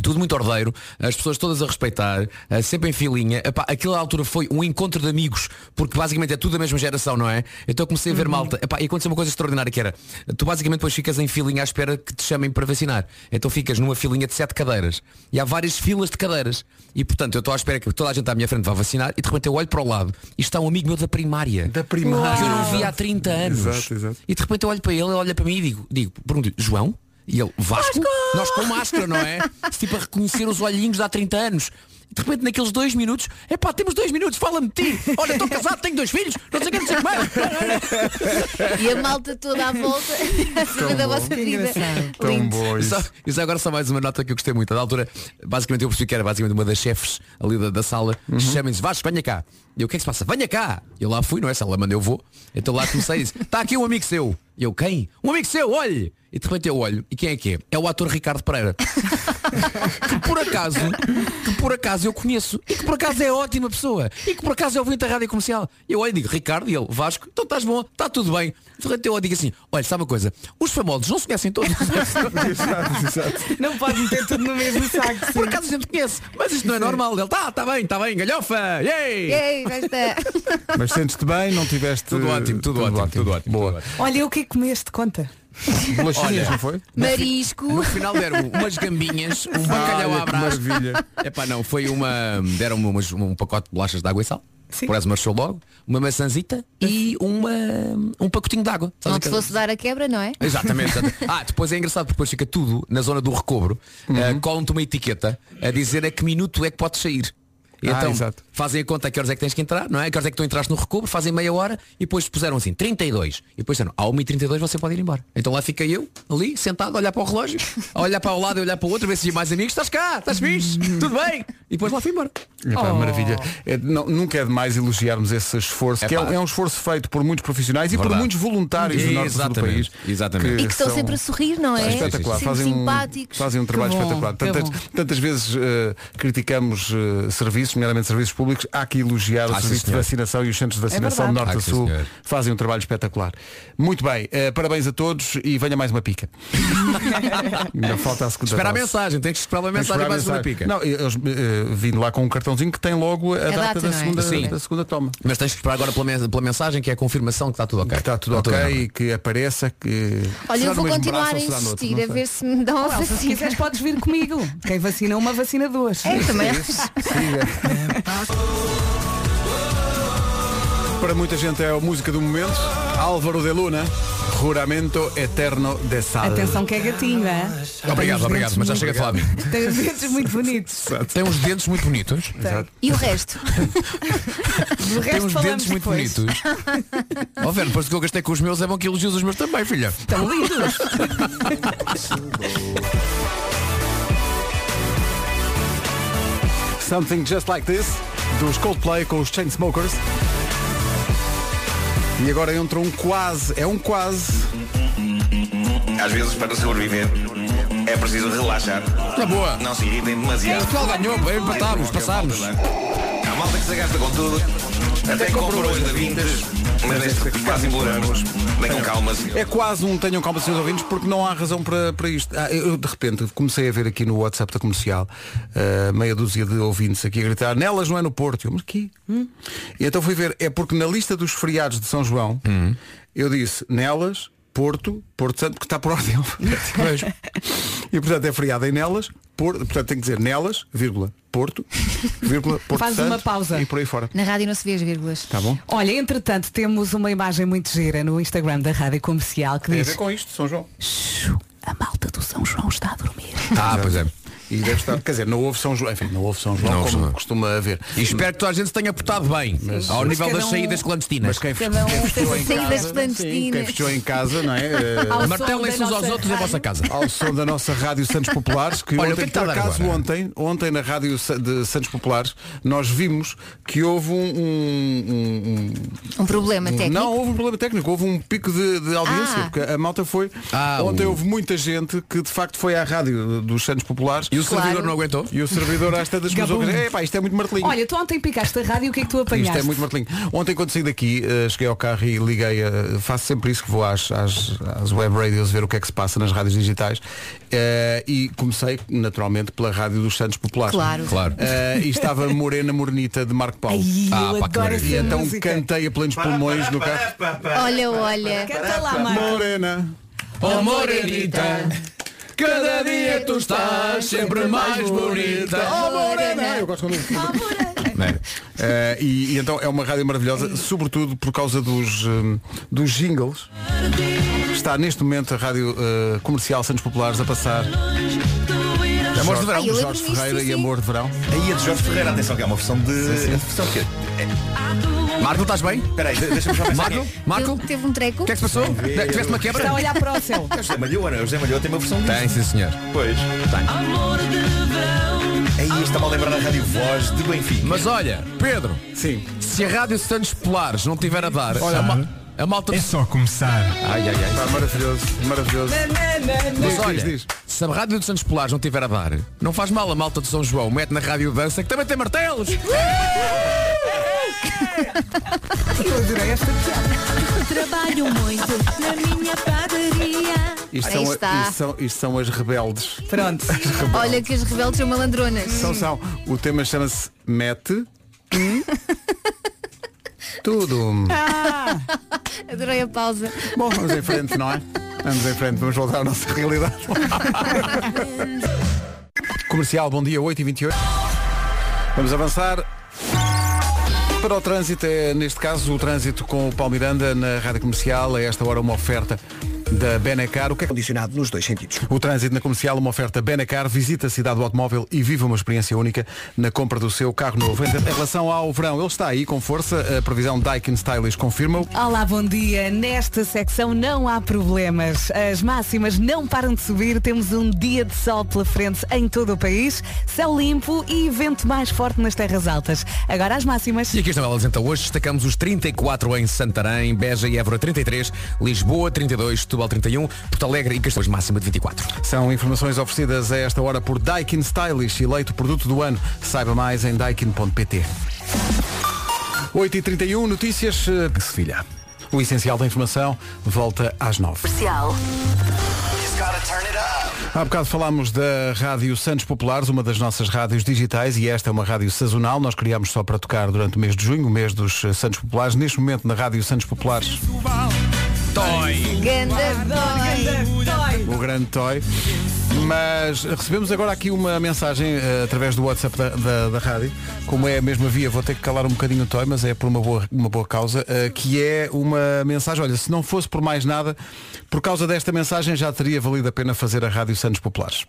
H: Tudo muito ordeiro, as pessoas todas a respeitar, eh, sempre em filinha. Epá, aquela altura foi um encontro de amigos, porque basicamente é tudo da mesma geração, não é? Então eu comecei a ver malta. Epá, e aconteceu uma coisa extraordinária que era, tu basicamente depois ficas em filinha à espera que te chamem para vacinar. Então ficas numa filinha de sete cadeiras. E há várias filas de cadeiras. E portanto eu estou à espera que toda a gente à minha frente vá vacinar e de repente eu olho para o lado e está um amigo meu da primária. Da
A: primária.
H: Que eu não vi há 30 anos.
A: Exato, exato.
H: E de repente eu olho para ele, ele olha para mim e digo, digo pergunto-lhe, João? E ele, Vasco? Nós com máscara, não é? Tipo a reconhecer os olhinhos de há 30 anos.
L: de repente naqueles dois minutos, é pá, temos dois minutos, fala-me de ti. Olha, estou casado, tenho dois filhos, não sei o que, não sei o que mais.
D: E a malta toda à volta acima da vossa vida. Lindo.
H: Só- e só agora só mais uma nota que eu gostei muito. Da altura, basicamente eu percebi que era basicamente uma das chefes ali da, da sala. Chamem-nos, Vasco, venha cá. E eu, o que é que se passa? Venha cá. Eu lá fui, não é? Se ela manda, eu vou. Então lá comecei e disse, está aqui um amigo seu. E eu, quem? Um amigo seu, olhe. E de repente eu olho. E quem é que é? É o ator Ricardo Pereira. que por acaso, que por acaso eu conheço. E que por acaso é ótima pessoa. E que por acaso é ouvinte da rádio comercial. E eu olho e digo, Ricardo, e ele, Vasco, então estás bom, está tudo bem. De repente eu olho e digo assim, olha, sabe uma coisa? Os famosos não se conhecem todos.
B: Não pode meter tudo no mesmo saco.
L: Por acaso a gente conhece, mas isto não é normal. Ele está,
H: "Tá,
L: está bem, está bem, galhofa. Yay!
A: É.
D: Ei, basta.
A: Mas sentes-te bem, não tiveste. Tudo ótimo, tudo, ótimo, tudo ótimo. Boa.
B: Olha, o que é que comeste? Conta.
A: Bolachinhas, não foi?
D: Marisco.
H: No final deram umas gambinhas, um bacalhau
A: Olha,
H: à
A: é que
H: brás.
A: maravilha.
H: Epá, não, foi uma. Deram-me umas- um pacote de bolachas de água e sal.
B: Sim.
H: Por essa marchou logo, uma maçãzita e uma, um pacotinho de água. Sabes
D: Não te
H: aquela-
D: fosse dar a quebra, não é?
H: Exatamente. exatamente. Ah, depois é engraçado, porque depois fica tudo na zona do recobro.
A: Uhum.
H: Eh, Colam-te uma etiqueta a dizer a que minuto é que podes sair. E
A: Ah,
H: Então
A: exato.
H: fazem a conta a que horas é que tens que entrar, não é? A que horas é que tu entraste no recobro, fazem meia hora e depois puseram assim 32. E depois disseram, ao 1h32 você pode ir embora. Então lá fiquei eu, ali, sentado, a olhar para o relógio, a olhar para o lado e olhar para o outro, a ver se tinha mais amigos, estás cá, estás fixe, tudo bem. E depois lá fui embora.
A: Epá, Maravilha. É, não- nunca é demais elogiarmos esse esforço, que é,
H: Epá.
A: um- é um esforço feito por muitos profissionais e por
H: Verdade.
A: muitos voluntários do norte e sul do
H: Exatamente,
A: país.
H: exatamente.
D: E que estão
A: são-
D: sempre a sorrir, não é?
A: É espetacular,
D: Sempre
A: fazem um,
D: simpáticos.
A: fazem um trabalho
D: Que bom,
A: espetacular.
D: que
A: Tantas,
D: bom.
A: tantas vezes eh, criticamos eh, serviços, nomeadamente serviços públicos, há que elogiar o
H: Ah, sim,
A: serviço de
H: senhor.
A: vacinação e os centros de
H: É
A: vacinação
H: verdade.
A: norte
H: Ah,
A: a
H: sim,
A: sul
H: senhor.
A: fazem um trabalho espetacular. Muito bem, eh, parabéns a todos e venha mais uma pica. Ainda falta a segunda
H: Espera a
A: dose.
H: mensagem, tens que esperar a
A: Tem que
H: mensagem
A: esperar
H: para a segunda
A: mensagem.
H: pica.
A: Não, eles eh, vindo lá com um cartãozinho que tem logo
D: É
A: a, data, da segunda, da segunda toma.
H: Mas tens que esperar agora pela, men- pela mensagem que é a confirmação que está tudo ok.
A: está tudo
H: Está tudo
A: ok,
H: bem.
A: e que apareça que.
D: Olha,
A: será no
D: eu vou
A: mesmo
D: continuar
A: braço
D: a
A: ou será no outro,
D: insistir,
A: não
D: a
A: sei.
D: ver se me dão uma
B: Elsa, se
D: vacina.
B: quiseres podes vir comigo. Quem vacina uma, vacina duas.
D: É, também
A: Para muita gente é a música do momento. Álvaro de Luna, Juramento Eterno de Sal.
B: Atenção que é gatinho, é?
H: Obrigado, obrigado, mas já chega a falar a mim.
B: Tem os dentes muito bonitos.
H: Tem uns dentes muito bonitos.
D: E o resto?
B: Do
H: Tem
B: resto
H: uns
B: falamos
H: dentes muito
B: depois.
H: bonitos. Ó Vera, depois do que eu gastei com os meus, é bom que elogios os meus também, filha.
B: Estão lindos.
A: Something Just Like This, dos Coldplay com os Chainsmokers. E agora entra um quase, é um quase.
M: Às vezes, para sobreviver, é preciso relaxar.
H: Na boa.
M: Não se irritem demasiado.
H: Portugal ganhou, bem, empatámos, passámos.
M: Há malta que se gasta com tudo, até compra hoje da Vintes, mas neste caso imploramos. Venham calmas.
A: É quase um tenham calma, senhores ouvintes, porque não há razão para, para isto. Ah, eu, de repente, comecei a ver aqui no WhatsApp da comercial ah, meia dúzia de ouvintes aqui a gritar, nelas não é no Porto. Eu, mas que?
D: Hum?
A: E então fui ver, é porque na lista dos feriados de São João,
H: Hum.
A: eu disse, nelas, Porto, Porto Santo, que está por ordem alfabética. E portanto é feriado em nelas, Porto, portanto tem que dizer nelas, vírgula, Porto, vírgula, Porto
B: Faz
A: Santo
B: uma pausa.
A: e por aí fora.
D: Na rádio não se vê as vírgulas.
A: Tá bom?
B: Olha, entretanto, temos uma imagem muito gira no Instagram da Rádio Comercial que
A: Tem a
B: diz
A: ver com isto, São João.
B: a malta do São João está a dormir.
H: Ah, pois é.
A: E deve estar, quer dizer, não houve São João, enfim, não houve São João
H: Não houve
A: como
H: São João.
A: costuma haver.
H: E espero que toda a gente se tenha portado bem. ao
A: mas
H: nível
A: cada
H: das
A: um-
H: saídas clandestinas.
A: Mas quem fechou,
D: Cada um
A: quem fechou
D: tem
A: em
D: saídas
A: casa, sim, quem
D: clandestinas.
A: fechou em casa, não é? Eh,
B: Ao som
H: Martelem-se
B: da
H: uns aos
B: nossa
H: outros em
B: rádio.
H: vossa casa.
A: Ao som da nossa Rádio Santos Populares, que
H: Olha, o que é
A: ontem,
H: que está
A: por
H: a dar
A: acaso
H: agora?
A: ontem, ontem na Rádio Sa- de Santos Populares, nós vimos que houve um. um-
D: Um problema
A: um-
D: técnico.
A: Não, houve um problema técnico, houve um pico de, de audiência,
D: Ah.
A: porque a malta foi.
H: Ah,
A: ontem
H: o-
A: houve muita gente que de facto foi à rádio dos Santos Populares
H: E o
D: Claro.
H: servidor não aguentou?
A: e o servidor às tantas começou a dizer,
B: Gabundo.
A: "Epá, isto é muito martelinho.
B: Olha, tu ontem picaste a rádio, o que é que tu
A: Isto
B: apanhaste?
A: é muito martelinho. Ontem quando saí daqui, eh, cheguei ao carro e liguei, a- faço sempre isso que vou às, às, às web radios ver o que é que se passa nas rádios digitais eh, e comecei naturalmente pela rádio dos Santos Populares.
D: Claro.
H: Claro.
A: Eh, e estava Morena Morenita de Marco Paulo.
B: Ai,
H: Ah,
B: eu
H: pá, que
B: adoro
H: maravilha.
A: E
B: essa
A: então
B: música.
A: cantei a plenos pulmões no carro.
D: Olha, olha.
B: Canta lá, Marco.
A: Morena,
H: Oh Morenita, cada dia tu estás sempre mais bonita.
A: oh Morena. Eu gosto quando- Eh, e, e então é uma rádio maravilhosa, sobretudo por causa dos, hum, dos jingles. Está neste momento a rádio eh, comercial Santos Populares a passar. A Amor de
M: Jorge-
A: verão,
M: eu
A: Jorge
M: lembro-me
A: Ferreira
M: disto,
A: e
M: sim.
A: amor de verão.
M: Aí a de Jorge Ferreira, atenção que é uma versão de. É versão que é-
H: Marco, estás bem?
M: Espera aí, de- deixa-me só pensar.
H: Marco?
M: aqui.
H: Marco?
D: Teve- Teve um treco. O que
H: é que se passou? Tiveste uma quebra? Está a olhar
B: para o céu.
M: É o José Malhoa, não é? O José Malhoa tem uma versão disso.
H: Tem, sim, senhor.
M: Pois. Aí está-me a lembrar da Rádio Voz de Benfica.
H: Mas olha, Pedro, sim. se a Rádio Santos Polares não tiver a dar,
A: Olha,
H: a, ma- a malta. É só começar. Ai, ai, ai.
A: Pá, maravilhoso, maravilhoso.
H: Mas
A: Diz,
H: olha,
A: diz, diz.
H: se a Rádio dos Santos Polares não tiver a dar, não faz mal a malta de São João, mete na Rádio Dança que também tem martelos.
B: Eu adorei esta
N: Trabalho muito na minha padaria.
A: Isto
D: Aí
A: são,
D: está.
A: isto são- isto são as rebeldes.
B: Pronto.
D: Olha que as rebeldes são malandronas.
A: São, são. O tema chama-se Mete Hum. Tudo.
D: Ah, Adorei a pausa.
A: Bom, Vamos em frente, não é? Vamos em frente, vamos voltar à nossa realidade. Comercial, bom dia, 8h28. Vamos avançar. Para o trânsito, é, neste caso, o trânsito com o Palmiranda na Rádio Comercial, a esta hora uma oferta da Benacar, o que é
C: condicionado nos dois sentidos.
A: O trânsito na comercial, uma oferta Benacar, visita a cidade do automóvel e viva uma experiência única na compra do seu carro novo. Em relação ao verão, ele está aí com força, a previsão Daikin Stylish confirma-o.
B: Olá, bom dia. Nesta secção não há problemas. As máximas não param de subir. Temos um dia de sol pela frente em todo o país. Céu limpo e vento mais forte nas terras altas. Agora as máximas.
H: E aqui está Belas então. Hoje destacamos os 34 em Santarém, Beja e Évora 33, Lisboa 32, Setúbal 31, Porto Alegre e Castores máxima de 24.
A: São informações oferecidas a esta hora por Daikin Stylish, eleito produto do ano. Saiba mais em daikin.pt. 8h31, notícias eh, de Sevilha. O essencial da informação volta às 9.
N: Comercial.
A: Há bocado falámos da Rádio Santos Populares, uma das nossas rádios digitais, e esta é uma rádio sazonal. Nós criámos só para tocar durante o mês de junho, o mês dos eh, Santos Populares. Neste momento, na Rádio Santos Populares,
H: Dói!
D: Ganda
A: o grande toy. Mas recebemos agora aqui uma mensagem eh, através do WhatsApp da, da- da rádio. Como é a mesma via, vou ter que calar um bocadinho o toy, mas é por uma boa, uma boa causa, eh, que é uma mensagem, olha, se não fosse por mais nada, por causa desta mensagem já teria valido a pena fazer a Rádio Santos Populares.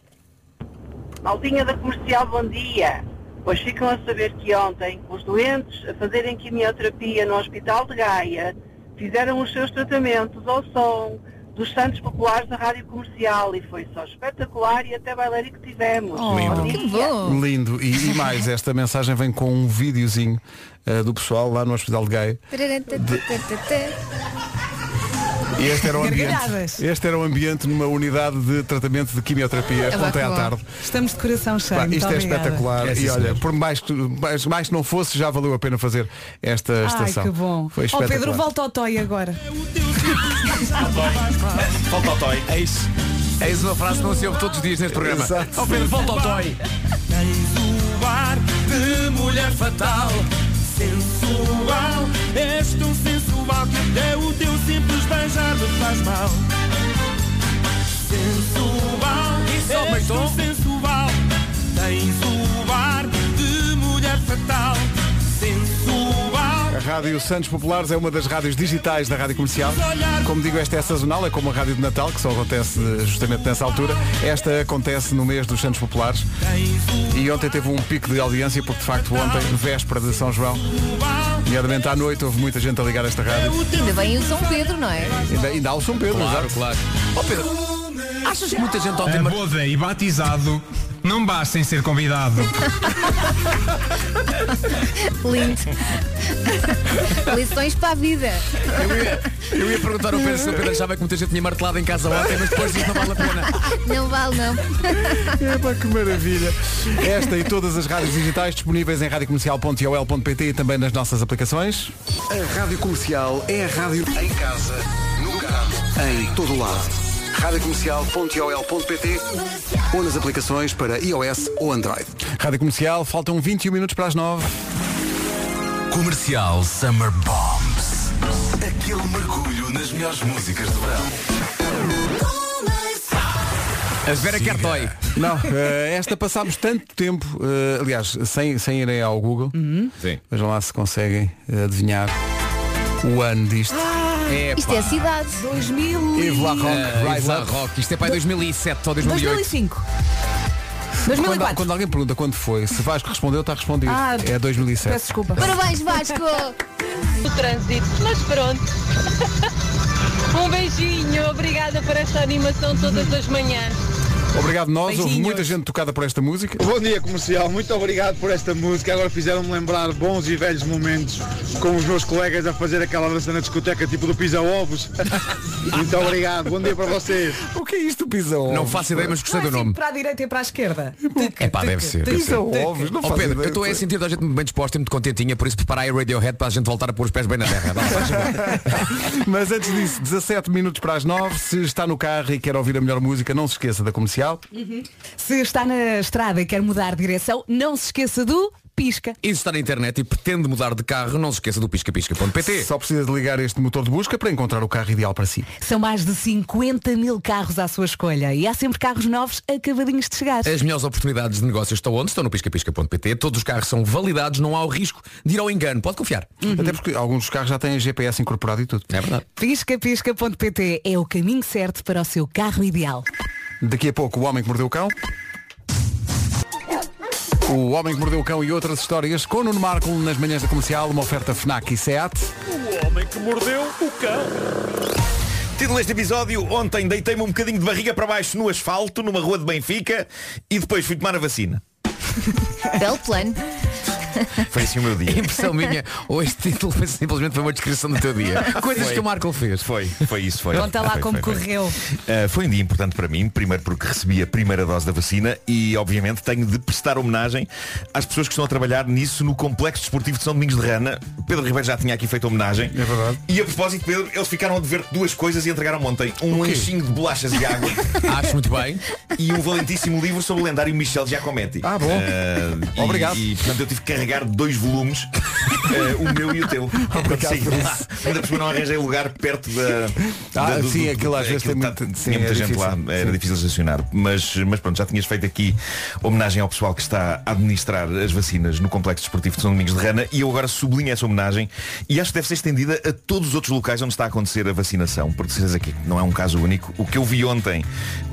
O: Maldinha da Comercial, bom dia. Pois ficam a saber que ontem os doentes a fazerem quimioterapia no Hospital de Gaia fizeram os seus tratamentos ao som dos Santos Populares da Rádio Comercial e foi só espetacular e até baileiro que tivemos.
I: Oh,
A: Lindo.
O: dia.
A: Lindo. E, e mais, esta mensagem vem com um videozinho eh, do pessoal lá no Hospital de Gaia. E este era o
B: Gargalhadas.
A: ambiente. Este era o ambiente numa unidade de tratamento de quimioterapia
B: Ah, vá,
A: ontem
B: que
A: à
B: bom.
A: tarde.
B: Estamos de coração cheio.
A: Pá,
B: Muito
A: isto é
B: obrigada.
A: espetacular.
H: É, sim,
A: e olha,
H: senhor.
A: por mais que, mais, mais que não fosse, já valeu a pena fazer esta
B: Ai,
A: estação.
B: que bom.
A: Foi
B: oh,
A: espetacular.
B: Pedro, volta ao Toy agora.
M: Falta o toy.
H: É isso. Eis uma frase que não se ouve todos os dias neste programa.
A: Exato.
H: Ó Pedro, volta ao toy.
L: bar de mulher fatal. Sensual, és tão sensual que até o teu simples beijar me faz mal. Sensual, és tão sensual. Tens o bar de mulher fatal. Sensual.
A: A Rádio Santos Populares é uma das rádios digitais da Rádio Comercial. Como digo, esta é sazonal, é como a Rádio de Natal, que só acontece eh, justamente nessa altura. Esta acontece no mês dos Santos Populares. E ontem teve um pico de audiência, porque de facto ontem, véspera de São João, nomeadamente à noite, houve muita gente a ligar esta rádio.
D: Ainda bem o São Pedro, não é?
A: Ainda, ainda há o São Pedro,
H: Claro,
A: exato.
H: claro. Ó Pedro, achas que muita gente ontem
P: A boda e batizado não basta em ser convidado.
D: Lindo. Lições para a vida.
H: Eu ia, eu ia perguntar ao Pedro se o Pedro achava que muita gente tinha martelado em casa ontem, mas depois disso não vale a pena.
D: Não vale, não.
A: Epá, que maravilha. Esta e todas as rádios digitais disponíveis em radiocomercial.ol.pt e também nas nossas aplicações. A Rádio Comercial é a rádio em casa, no carro, em todo lado. radiocomercial.ol.pt ou nas aplicações para iOS ou Android. Rádio Comercial, faltam 21 minutos para as 9.
Q: Comercial Summer Bombs. Aquele mergulho nas melhores músicas do verão.
H: A Vera Cartoy.
A: Não, eh, esta passámos tanto tempo, eh, aliás, sem, sem irem ao Google. Vejam lá se conseguem eh, adivinhar o ano disto.
D: Isto é cidade.
B: 2000.
A: Yves La Rock,
H: Eh,
A: Rise
H: Yves La
A: Up.
H: Rock. Isto é para aí 2007 ou 2008.
B: 2005.
A: Quando, quando alguém pergunta quando foi, se Vasco respondeu, está respondido.
D: Ah,
A: é 2007.
D: peço desculpa. Parabéns, Vasco!
R: O trânsito, mas pronto. Um beijinho, obrigada por esta animação todas as manhãs.
A: Obrigado nós, houve
R: Beijinhos.
A: muita gente tocada por esta música.
S: Bom dia comercial, muito obrigado por esta música. Agora fizeram-me lembrar bons e velhos momentos com os meus colegas a fazer aquela dança na discoteca tipo do Pisa Ovos. muito obrigado, bom dia para vocês.
A: O que é isto, Pisa Ovos?
H: Não faço ideia, mas gostei do nome.
B: Para a direita e para a esquerda.
H: É pá, deve ser. deve ser. Ó, Pedro, eu estou a sentir a gente muito bem disposta e muito contentinha, por isso preparai a Radiohead para a gente voltar a pôr os pés bem na terra. Vá, faz favor.
A: Mas antes disso, 17 minutos para as 9. Se está no carro e quer ouvir a melhor música, não se esqueça da comercial.
B: Se está na estrada e quer mudar de direção, não se esqueça do pisca.
H: E se está na internet e pretende mudar de carro, não se esqueça do piscapisca.pt.
A: Só precisa de ligar este motor de busca para encontrar o carro ideal para si.
B: São mais de 50 mil carros à sua escolha e há sempre carros novos acabadinhos de chegar.
H: As melhores oportunidades de negócios estão onde? Estão no piscapisca.pt. Todos os carros são validados, não há o risco de ir ao engano. Pode confiar.
A: Até porque alguns carros já têm GPS incorporado e tudo.
H: É verdade.
B: Piscapisca.pt é o caminho certo para o seu carro ideal.
A: Daqui a pouco, o homem que mordeu o cão. O Homem que Mordeu o Cão e outras histórias com Nuno Marco nas manhãs da comercial, uma oferta FNAC e SEAT.
L: O homem que mordeu o cão.
T: Título deste episódio, ontem deitei-me um bocadinho de barriga para baixo no asfalto, numa rua de Benfica, e depois fui tomar a vacina.
D: Belo plano.
T: Foi assim o meu dia.
H: A impressão minha, ou este título foi simplesmente foi uma descrição do teu dia. Coisas
T: Foi.
H: que o Marco fez.
T: Foi, foi isso, foi.
B: Conta lá
T: Foi,
B: como
T: foi, foi.
B: correu.
T: Uh, foi um dia importante para mim, primeiro porque recebi a primeira dose da vacina e, obviamente, tenho de prestar homenagem às pessoas que estão a trabalhar nisso no Complexo Desportivo de São Domingos de Rana. Pedro Ribeiro já tinha aqui feito homenagem. É
A: verdade.
T: E a propósito, Pedro, eles ficaram a dever duas coisas e entregaram ontem. Um lanchinho de bolachas e água.
H: Acho muito bem.
T: E um valentíssimo livro sobre o lendário Michel Giacometti.
A: Ah, bom.
T: Uh,
A: Obrigado.
T: E, e, portanto, eu tive que carregar dois volumes, uh, o meu e o teu. Quando saí de lá, Ainda por cima não arranjei lugar perto da...
A: Ah,
T: da- do-
A: sim,
T: do-
A: aquilo às vezes tem muito-
T: tinha
A: sim,
T: muita
A: é
T: gente
A: difícil.
T: lá, era
A: Sim.
T: difícil estacionar. Mas, mas pronto, já tinhas feito aqui homenagem ao pessoal que está a administrar as vacinas no Complexo Desportivo de São Domingos de Rana e eu agora sublinho essa homenagem e acho que deve ser estendida a todos os outros locais onde está a acontecer a vacinação, porque de certeza que não é um caso único. O que eu vi ontem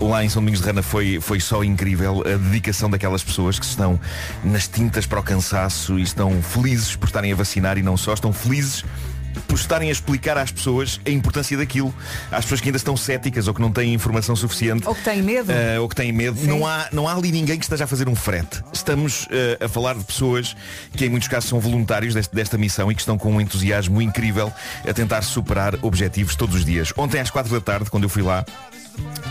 T: lá em São Domingos de Rana foi, foi só incrível a dedicação daquelas pessoas que estão nas tintas para o cansaço e estão felizes por estarem a vacinar e não só, estão felizes por estarem a explicar às pessoas a importância daquilo. Às pessoas que ainda estão céticas ou que não têm informação suficiente.
B: Ou que têm medo.
T: eh, ou que têm medo. Não há, não há ali ninguém que esteja a fazer um frete. Estamos eh, a falar de pessoas que em muitos casos são voluntários deste- desta missão e que estão com um entusiasmo incrível a tentar superar objetivos todos os dias. Ontem às quatro da tarde, quando eu fui lá,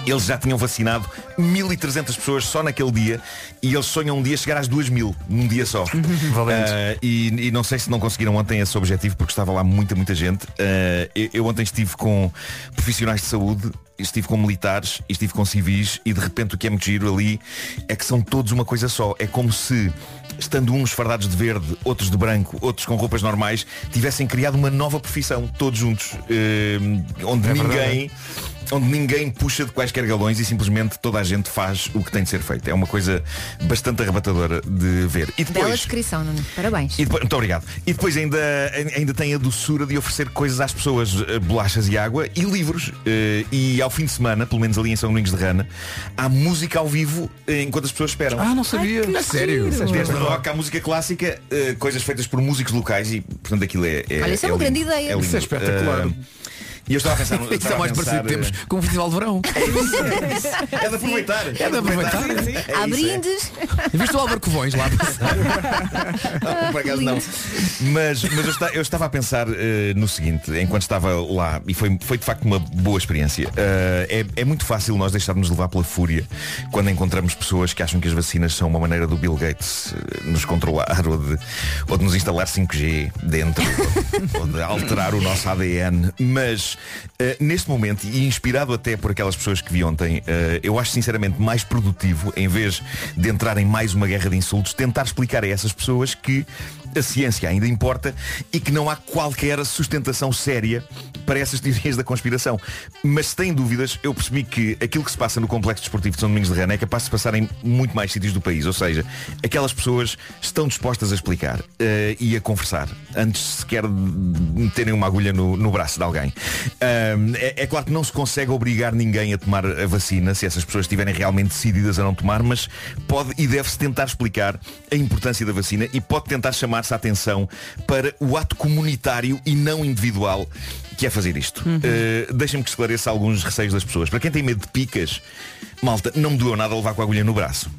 T: eles já tinham vacinado 1.300 pessoas só naquele dia e eles sonham um dia chegar às 2.000 num dia só. Ah, e, e não sei se não conseguiram ontem esse objetivo porque estava lá muita, muita gente. Ah, eu, eu ontem estive com profissionais de saúde, estive com militares, estive com civis e de repente o que é muito giro ali é que são todos uma coisa só. É como se estando uns fardados de verde, outros de branco, outros com roupas normais, tivessem criado uma nova profissão, todos juntos, eh, onde
A: É verdade, é.
T: ninguém onde ninguém puxa de quaisquer galões e simplesmente toda a gente faz o que tem de ser feito. É uma coisa bastante arrebatadora de ver. E
D: Bela
T: depois,
D: descrição, Nuno. Parabéns.
T: e depois- muito obrigado. E depois ainda, ainda tem a doçura de oferecer coisas às pessoas, eh, bolachas e água e livros. Eh, E ao fim de semana, pelo menos ali em São Domingos de Rana, há música ao vivo eh, enquanto as pessoas esperam.
A: Ah, não sabia. Ai, que
T: A sério?
A: giro.
T: Desde
D: é.
T: rock à música clássica, eh, coisas feitas por músicos locais e, portanto, aquilo é. é
D: Olha, isso é
T: lindo.
D: uma grande ideia.
T: lindo.
D: Isso é espetacular.
T: Eh, E eu estava a pensar. eu
H: Isso
T: estava
H: é mais
T: a pensar,
H: parecido que temos
T: eh,
H: com o Festival de Verão.
D: Ah,
T: É de aproveitar.
H: É de aproveitar.
T: é.
D: Há brindes.
H: Viste o Álvaro Covões lá?
T: Não, por acaso não. Mas, mas eu, esta- eu estava a pensar eh, no seguinte, enquanto estava lá, e foi, foi de facto uma boa experiência, eh, é, é muito fácil nós deixarmos levar pela fúria quando encontramos pessoas que acham que as vacinas são uma maneira do Bill Gates eh, nos controlar ou de, ou de nos instalar 5G dentro ou, ou de alterar o nosso ADN. Mas eh, neste momento, e inspirado até por aquelas pessoas que vi ontem, eh, eu acho sinceramente mais produtivo, em vez de entrar em mais uma guerra de insultos, tentar explicar a essas pessoas que a ciência ainda importa e que não há qualquer sustentação séria para essas teorias da conspiração. Mas sem dúvidas, eu percebi que aquilo que se passa no Complexo Desportivo de São Domingos de Rana é capaz de se passar em muito mais sítios do país. Ou seja, aquelas pessoas estão dispostas a explicar eh, e a conversar antes sequer de meterem uma agulha no, no braço de alguém. Ahm, é, é claro que não se consegue obrigar ninguém a tomar a vacina se essas pessoas estiverem realmente decididas a não tomar, mas pode e deve-se tentar explicar a importância da vacina e pode tentar chamar-se a atenção para o ato comunitário e não individual que é fazer isto. Eh, Deixem-me que esclareça alguns receios das pessoas. Para quem tem medo de picas, malta, não me doeu nada levar com a agulha no braço.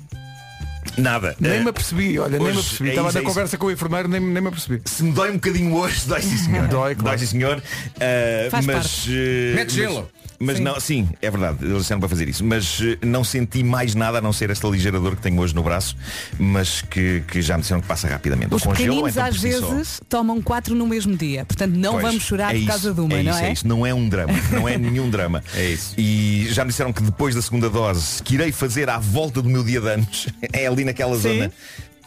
T: Nada.
A: Nem
T: Eh,
A: me apercebi, olha, nem
T: hoje
A: me apercebi.
T: é
A: Estava
T: isso,
A: na
T: é isso.
A: conversa com o enfermeiro, nem, nem me apercebi.
T: Se me dói um bocadinho hoje, dói sim senhor. dói, sim senhor. Uh,
A: Faz
T: mas,
A: parte.
T: uh,
A: Mete
T: mas-
A: gelo.
T: Mas
A: Sim.
T: não, sim, é verdade, eles disseram para fazer isso. Mas uh, não senti mais nada a não ser esta ligeira dor que tenho hoje no braço, mas que, que já me disseram que passa rapidamente.
B: Os
T: Ou com gelo, ou
B: pequeninos
T: então
B: às
T: por si só.
B: vezes tomam quatro no mesmo dia. Portanto, não
T: Pois,
B: vamos chorar
T: é
B: por
T: isso,
B: causa de uma,
T: é
B: não
T: isso,
B: é?
T: É isso, não é um drama, não é nenhum drama. é isso. E já me disseram que depois da segunda dose, que irei fazer à volta do meu dia de anos, é ali naquela zona.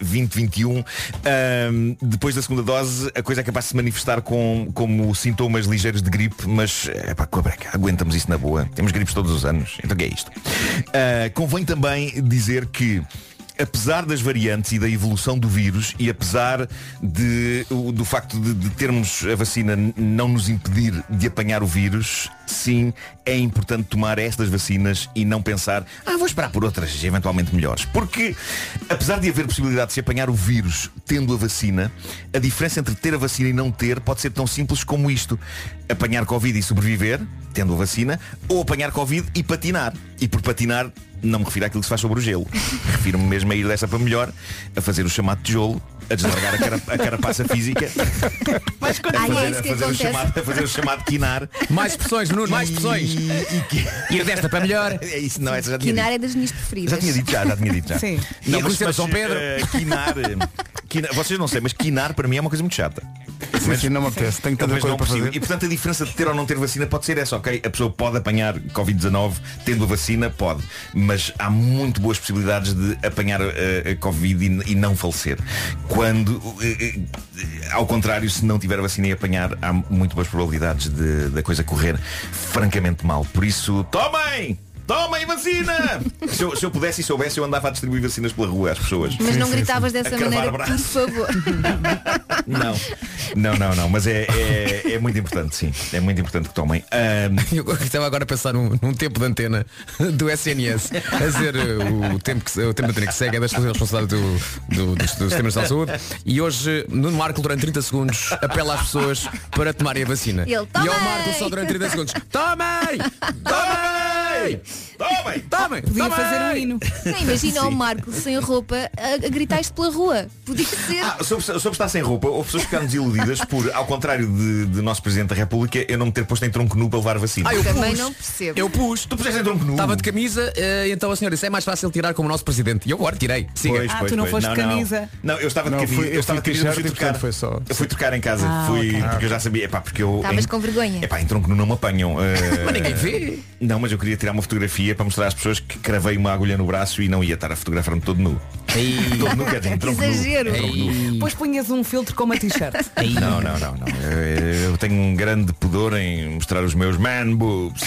T: 2021, ahm, depois da segunda dose, a coisa é capaz de se manifestar com, como sintomas ligeiros de gripe, mas é pá, cobra, cá, aguentamos isso na boa. Temos gripes todos os anos, então o que é isto? Ah, convém também dizer que apesar das variantes e da evolução do vírus e apesar de, o- do facto de, de termos a vacina n- não nos impedir de apanhar o vírus, sim, é importante tomar estas vacinas e não pensar, ah, vou esperar por outras eventualmente melhores. Porque, apesar de haver possibilidade de se apanhar o vírus tendo a vacina, a diferença entre ter a vacina e não ter pode ser tão simples como isto. Apanhar Covid e sobreviver, tendo a vacina, ou apanhar Covid e patinar. E por patinar, não me refiro àquilo que se faz sobre o gelo. Refiro-me mesmo a ir dessa para melhor, a fazer o chamado tijolo, a deslargar a, cara- a carapaça física, a
L: Ai, é isso
T: fazer, a
L: que
T: fazer o
L: acontece.
T: chamado, a fazer o chamado quinar. Mais pressões, Nuno, mais pressões. Ir desta para melhor. É isso, não, essa já tinha
D: Quinar é das minhas preferidas.
T: já tinha dito já, já tinha dito já.
D: Sim.
T: Não, mas,
D: E conhecer o
T: mas,
D: São Pedro?
T: eh, quinar, eh, quinar- vocês não sei, mas quinar para mim é uma coisa muito chata. Mas, não me
A: apetece, tenho tanta coisa para fazer.
T: E portanto a diferença de ter ou não ter vacina pode ser essa, ok? A pessoa pode apanhar Covid-19 tendo a vacina, pode. Mas há muito boas possibilidades de apanhar eh, a Covid e, e não falecer. Quando, eh, eh, ao contrário, se não tiver a vacina e apanhar, há muito boas probabilidades de- da coisa correr francamente mal. Por isso, tomem! Tomem vacina! se, eu, se eu pudesse e soubesse, eu andava a distribuir vacinas pela rua às pessoas.
D: Mas não gritavas
T: A
D: dessa
T: cravar
D: maneira,
T: braços.
D: por favor.
T: Não, não, não, não. Mas é, é, é muito importante, sim. É muito importante que tomem.
H: Eu estava agora a pensar num, num tempo de antena do SNS a dizer eh, o tempo, que, se- o tempo de antena que segue é das televisões responsáveis do, do, do, do Sistema Nacional de Saúde e hoje Nuno Marco durante 30 segundos apela às pessoas para tomarem a vacina.
L: E ele,
H: e ao
L: "Tomem!"
H: Marco só durante 30 segundos. Tomem! Tomem!
T: Tomem!
H: Tomem!
T: Tá
D: Podia
H: Tomem!
D: fazer um hino. Não, imagina o Marco sem roupa a, a gritar isto pela rua. Podia ser.
T: Ah, sobre, sobre estar sem roupa, houve pessoas que ficaram desiludidas por, ao contrário de, de nosso Presidente da República, eu não me ter posto em tronco nu para levar vacina.
D: Também não percebo.
H: Ah, Eu pus.
T: Tu puseste em tronco nu.
H: Estava de camisa eh, e então a senhora disse é mais fácil tirar como o nosso presidente. E eu agora tirei. Siga.
T: Pois, pois, pois. Não, eu estava de
H: Não,
T: camisa.
H: fui- eu
T: eu estava de
H: fui
T: camisa, mas fui
H: t-shirt e,
T: trocar.
H: portanto, foi só-
T: Eu fui trocar em casa.
H: Ah,
T: fui,
H: ok.
T: Porque eu já sabia. Epá, porque eu.
D: Estavas
T: em-
D: com vergonha.
T: Epá, em tronco nu não me apanham. eh,
D: Mas ninguém vê.
T: Não, mas eu queria tirar uma fotografia para mostrar às pessoas que cravei uma agulha no braço e não ia estar a fotografar-me todo nu. Todo nu, quer dizer, em tronco nu.
B: Exagero.
T: Em tronco nu.
B: Depois punhas um filtro com uma t-shirt.
T: Não, não, não, não. Eu, eu tenho um grande pudor em mostrar os meus man boobs.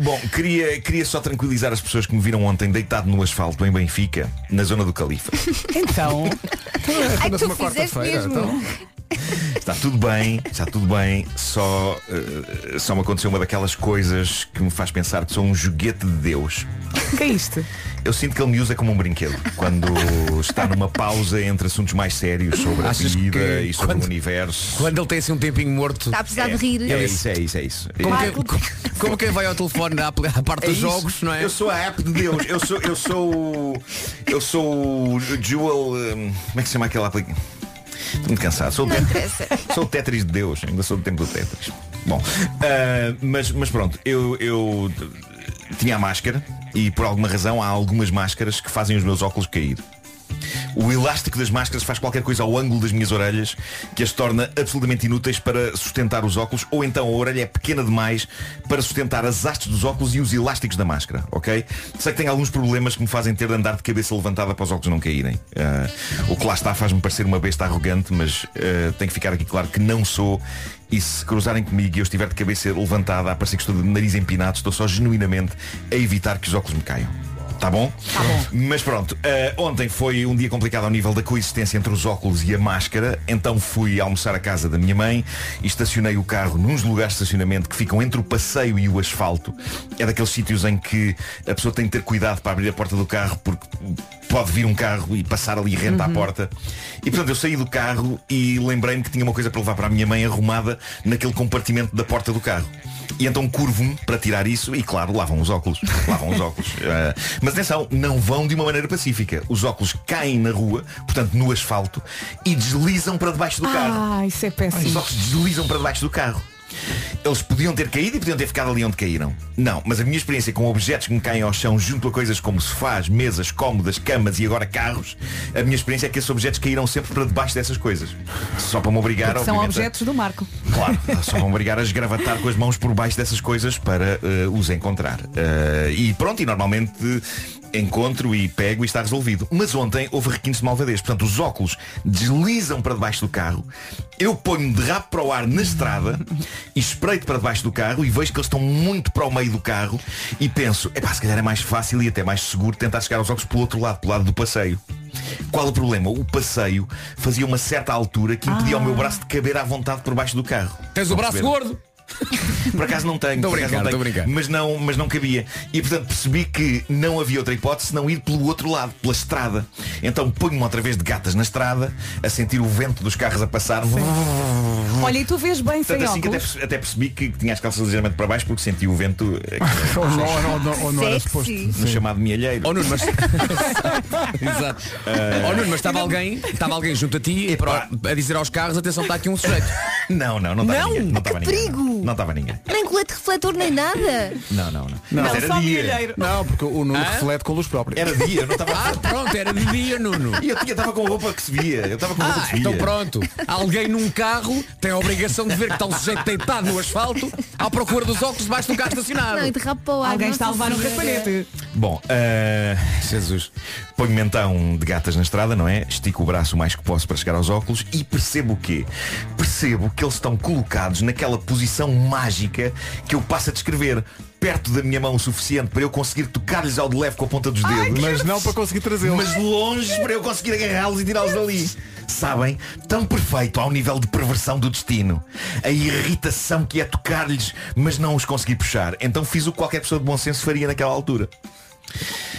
T: Bom, queria, queria só tranquilizar as pessoas que me viram ontem deitado no asfalto em Benfica, na zona do Califa.
B: Então.
D: Ai,
L: Apenas
D: tu
L: uma
D: fizeste
L: quarta-feira,
D: mesmo.
L: então.
T: Está tudo bem, está tudo bem, só, eh, só me aconteceu uma daquelas coisas que me faz pensar que sou um joguete de Deus.
B: que é isto?
T: Eu sinto que ele me usa como um brinquedo quando está numa pausa entre assuntos mais sérios sobre
H: Achas
T: a vida
H: que
T: e sobre
H: quando-
T: o universo.
H: Quando ele tem assim um tempinho morto.
D: Está Tá a precisar de rir.
T: É isso, é isso, é isso.
H: Como,
T: É-
H: quem, como- como quem vai ao telefone à, à parte
T: É
H: dos
T: isso.
H: jogos, não é?
T: Eu sou a app de Deus. Eu sou, eu sou, o- eu sou o Jewel. hum, Como é que se chama aquela aplicação? Estou muito cansado. Sou o,
D: Não
T: Tet-
D: interessa.
T: sou o Tetris de Deus. Ainda sou do tempo do Tetris. Bom, ah, mas, mas pronto, eu, eu tinha a máscara e por alguma razão há algumas máscaras que fazem os meus óculos cair. O elástico das máscaras faz qualquer coisa ao ângulo das minhas orelhas que as torna absolutamente inúteis para sustentar os óculos ou então a orelha é pequena demais para sustentar as hastes dos óculos e os elásticos da máscara, ok? Sei que tem alguns problemas que me fazem ter de andar de cabeça levantada para os óculos não caírem. Ah, o que lá está faz-me parecer uma besta arrogante, mas ah, tem que ficar aqui claro que não sou e se cruzarem comigo e eu estiver de cabeça levantada a parecer que estou de nariz empinado, estou só genuinamente a evitar que os óculos me caiam. Tá bom? Tá bom. Mas pronto, ah, ontem foi um dia complicado ao nível da coexistência entre os óculos e a máscara, então fui almoçar à casa da minha mãe e estacionei o carro nos lugares de estacionamento que ficam entre o passeio e o asfalto. É daqueles sítios em que a pessoa tem de ter cuidado para abrir a porta do carro porque pode vir um carro e passar ali renta à
U: Uhum.
T: porta. E portanto eu saí do carro e lembrei-me que tinha uma coisa para levar para a minha mãe arrumada naquele compartimento da porta do carro. E então curvo-me para tirar isso e claro, lá vão os óculos. Lá vão os óculos. Eh, mas atenção, não vão de uma maneira pacífica. Os óculos caem na rua, portanto no asfalto, e deslizam para debaixo do carro.
B: Ah, isso é
T: Os
B: péssimo.
T: óculos deslizam para debaixo do carro. Eles podiam ter caído e podiam ter ficado ali onde caíram. Não, mas a minha experiência com objetos que me caem ao chão junto a coisas como sofás, mesas, cómodas, camas e agora carros, a minha experiência é que esses objetos caíram sempre para debaixo dessas coisas. Só para me obrigar
B: Porque são
T: obviamente, a-
B: objetos do Marco.
T: Claro, só vão obrigar a esgravatar com as mãos por baixo dessas coisas para eh, os encontrar. Eh, e pronto, e normalmente eh, encontro e pego e está resolvido. Mas ontem houve requintes de malvadez. Portanto, os óculos deslizam para debaixo do carro, eu ponho de rabo para o ar na estrada e espreito para debaixo do carro e vejo que eles estão muito para o meio do carro e penso, é pá, se calhar é mais fácil e até mais seguro tentar chegar aos óculos pelo outro lado, pelo lado do passeio. Qual o problema? O passeio fazia uma certa altura que impedia o meu braço de caber à vontade por baixo do carro.
H: Tens o
T: Estão a
H: braço
T: perceber?
H: gordo.
T: Por acaso não tenho,
H: Estou a
T: por acaso
H: brincar, estou
T: não
H: a brincar.
T: tenho. Mas não, mas não cabia. E portanto percebi que não havia outra hipótese senão ir pelo outro lado, pela estrada. Então ponho-me outra vez de gatas na estrada, a sentir o vento dos carros a passar.
B: Olha, e tu vês bem sem
T: Portanto, assim que até,
B: óculos.
T: perce- até percebi que tinha as calças ligeiramente para baixo porque senti o vento eh,
A: Ou não, ou Oh, não- ou não- ou não era
T: Sexy.
A: suposto.
T: no chamado mielheiro.
H: Oh, Nuno, mas... Exato.
A: Eh,
H: Oh, Nuno, mas estava alguém, estava alguém junto a ti para- a dizer aos carros, atenção, está aqui um sujeito.
T: Não, não, não estava
H: Não?
T: ninguém. Não
H: Que
T: estava ninguém.
D: perigo!
T: Não estava ninguém.
D: Nem colete refletor nem nada.
T: Não, não, não.
A: Não,
T: Mas
A: só
T: era
A: o
T: dia.
A: milheiro. Não, porque o Nuno reflete com luz própria.
T: Era dia, eu não estava.
H: Ah, pronto, era de dia, Nuno.
T: E eu estava com roupa que se via. Eu estava com roupa
H: Ah,
T: que se via.
H: então pronto. Alguém num carro tem a obrigação de ver que está um sujeito deitado no asfalto à procura dos óculos debaixo de um carro estacionado.
D: Não, e de rabo para o ar.
B: Alguém está a
D: nossa
B: levar um
D: senhora.
B: rapanete.
T: Bom, ah, Jesus. Ponho-me então de gatas na estrada, não é? Estico o braço o mais que posso para chegar aos óculos e percebo o quê? Percebo que eles estão colocados naquela posição mágica que eu passo a descrever. Perto da minha mão o suficiente para eu conseguir tocar-lhes ao de leve com a ponta dos dedos.
A: Mas não para conseguir trazê-los.
T: Mas longe para eu conseguir agarrá-los e tirá-los dali. Sabem? Tão perfeito ao nível de perversão do destino. A irritação que é tocar-lhes, mas não os consegui puxar. Então fiz o que qualquer pessoa de bom senso faria naquela altura.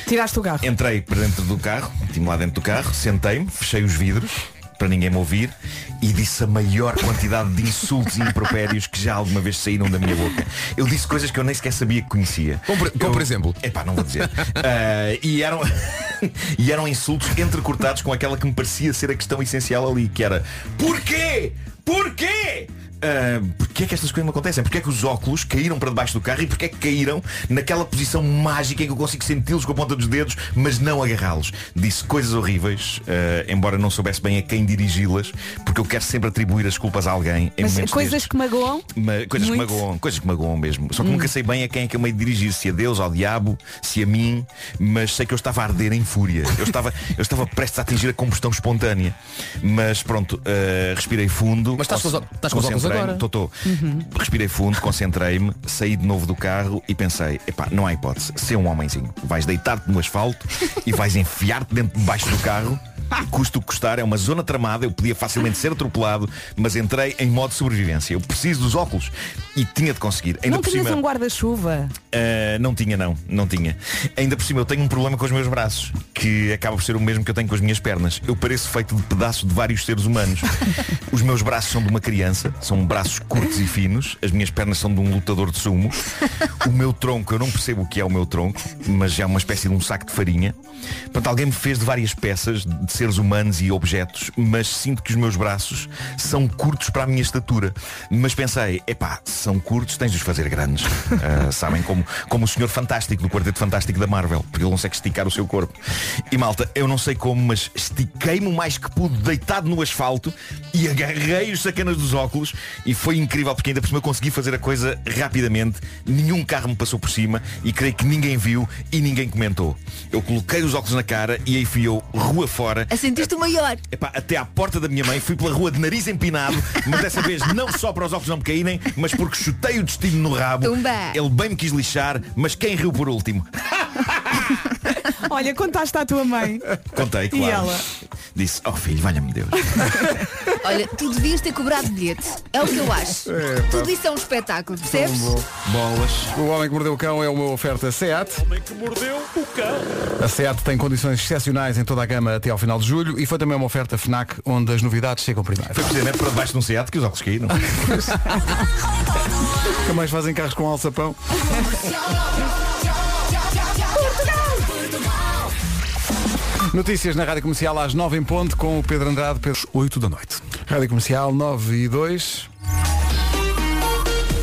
B: Tiraste o carro.
T: Entrei para dentro do carro, estive lá dentro do carro, sentei-me, fechei os vidros para ninguém me ouvir e disse a maior quantidade de insultos e impropérios que já alguma vez saíram da minha boca. Eu disse coisas que eu nem sequer sabia que conhecia. Como por, exemplo? Epá, não vou dizer. Ah, e, eram, e eram insultos entrecortados com aquela que me parecia ser a questão essencial ali, que era Porquê? Porquê? Ah, porque é que estas coisas me acontecem? Porque é que os óculos caíram para debaixo do carro e porque é que caíram naquela posição mágica em que eu consigo senti-los com a ponta dos dedos, mas não agarrá-los? Disse coisas horríveis, ah, embora não soubesse bem a quem dirigi-las, porque eu quero sempre atribuir as culpas a alguém em
B: Mas
T: momentos
B: coisas
T: destes.
B: que magoam.
T: Ma- coisas
B: Muito.
T: que magoam, coisas que magoam mesmo. Só que
B: Hum.
T: nunca sei bem a quem é que eu meio dirigir, se a Deus, ao diabo, se a mim, mas sei que eu estava a arder em fúria. Eu estava, eu estava prestes a atingir a combustão espontânea. Mas pronto, eh, respirei fundo.
H: Mas estás com os ó- estás com os óculos
T: concentrei-me,
H: agora?
T: tô, tô.
B: Uhum.
T: Respirei fundo, concentrei-me, saí de novo do carro e pensei, epá, não há hipótese, ser um homenzinho. Vais deitar-te no asfalto e vais enfiar-te dentro de baixo do carro. Custo o que custar, é uma zona tramada, eu podia facilmente ser atropelado, mas entrei em modo sobrevivência. Eu preciso dos óculos e tinha de conseguir. Ainda
B: não
T: por
B: tinhas
T: cima,
B: um guarda-chuva.
T: Uh, não tinha não, não tinha. Ainda por cima eu tenho um problema com os meus braços, que acaba por ser o mesmo que eu tenho com as minhas pernas. Eu pareço feito de pedaços de vários seres humanos. os meus braços são de uma criança, são braços curtos e finos, as minhas pernas são de um lutador de sumo. O meu tronco, eu não percebo o que é o meu tronco, mas é uma espécie de um saco de farinha. Portanto, alguém me fez de várias peças, de seres humanos e objetos, mas sinto que os meus braços são curtos para a minha estatura. Mas pensei, epá, são curtos, tens de os fazer grandes. Ah, sabem, como, como o senhor fantástico do Quarteto Fantástico da Marvel, porque ele não consegue esticar o seu corpo. E malta, eu não sei como, mas estiquei-me o mais que pude, deitado no asfalto, e agarrei os sacanas dos óculos, e foi incrível, porque ainda por cima eu consegui fazer a coisa rapidamente, nenhum carro me passou por cima, e creio que ninguém viu e ninguém comentou. Eu coloquei os óculos na cara, e aí fui eu, rua fora,
D: é. A sentiste o maior.
T: Epá, até à porta da minha mãe, fui pela rua de nariz empinado, mas dessa vez não só para os óculos não me caírem, mas porque chutei o destino no rabo.
D: Tumba.
T: Ele bem me quis lixar, mas quem riu por último?
B: Olha, contaste à tua mãe.
T: Contei, claro.
D: E ela?
T: Disse, oh filho, valha-me Deus.
D: Olha, tu devias ter cobrado bilhete. É o que eu acho.
A: Epa.
D: Tudo isso é um espetáculo, percebes?
A: Bolas. O Homem que Mordeu o Cão é uma oferta SEAT.
L: Homem que mordeu o cão.
A: A SEAT tem condições excepcionais em toda a gama até ao final de julho e foi também uma oferta FNAC onde as novidades chegam primeiro.
T: Foi precisamente para debaixo de um Seat que os óculos caíram.
A: Nunca mais fazem carros com alçapão. Notícias na Rádio Comercial às 9 em ponto com o Pedro Andrade pelas 8 da noite. Rádio Comercial 9 e 2.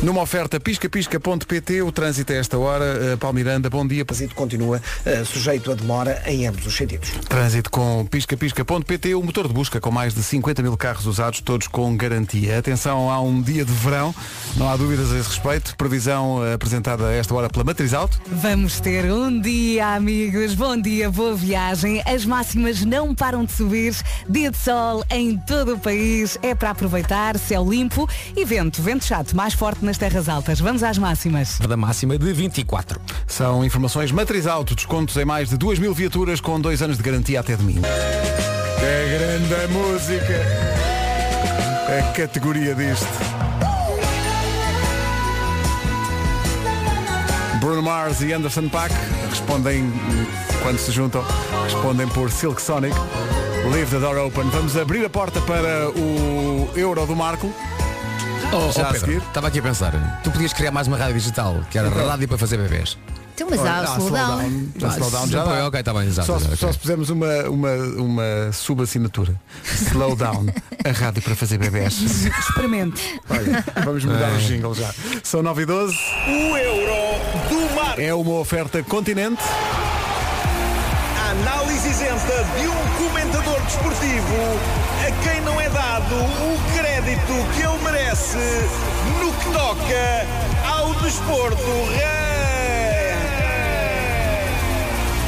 A: Numa oferta piscapisca.pt, o trânsito a esta hora. Palmiranda, bom dia. O
C: trânsito continua eh, sujeito a demora em ambos os sentidos.
A: Trânsito com piscapisca.pt, o motor de busca com mais de 50 mil carros usados, todos com garantia. Atenção, há um dia de verão, não há dúvidas a esse respeito. Previsão eh, apresentada a esta hora pela Matriz Alto.
B: Vamos ter um dia, amigos. Bom dia, boa viagem. As máximas não param de subir. Dia de sol em todo o país. É para aproveitar, céu limpo e vento, vento chato, mais forte nas terras altas. Vamos às máximas.
A: Da máxima de 24. São informações Matriz Alto, descontos em mais de 2 mil viaturas com dois anos de garantia até domingo. É grande a música. A categoria disto. Bruno Mars e Anderson Paak respondem, quando se juntam, respondem por Silk Sonic. Leave the door open. Vamos abrir a porta para o Euro do Marco.
H: Oh,
A: Já a
H: Pedro,
A: seguir.
H: estava aqui a pensar. Tu podias criar mais uma rádio digital, que era
A: Então.
H: rádio para fazer bebês.
D: Então, mas há o slowdown.
A: Já
H: Ah,
A: slowdown
H: sim,
A: já
H: ok,
A: um- dá.
H: ok, tá bem, exato,
A: só,
H: exato,
A: só
H: ok.
A: se pusermos uma, uma, uma subassinatura. Slowdown. a rádio para fazer bebés.
B: Experimente.
A: Olha, vamos mudar
L: É.
A: o jingle já. São 9 e 12.
L: O euro do mar.
A: É uma oferta continente.
L: Análise isenta de um comentador desportivo a quem não é dado o crédito que ele merece no que toca ao desporto.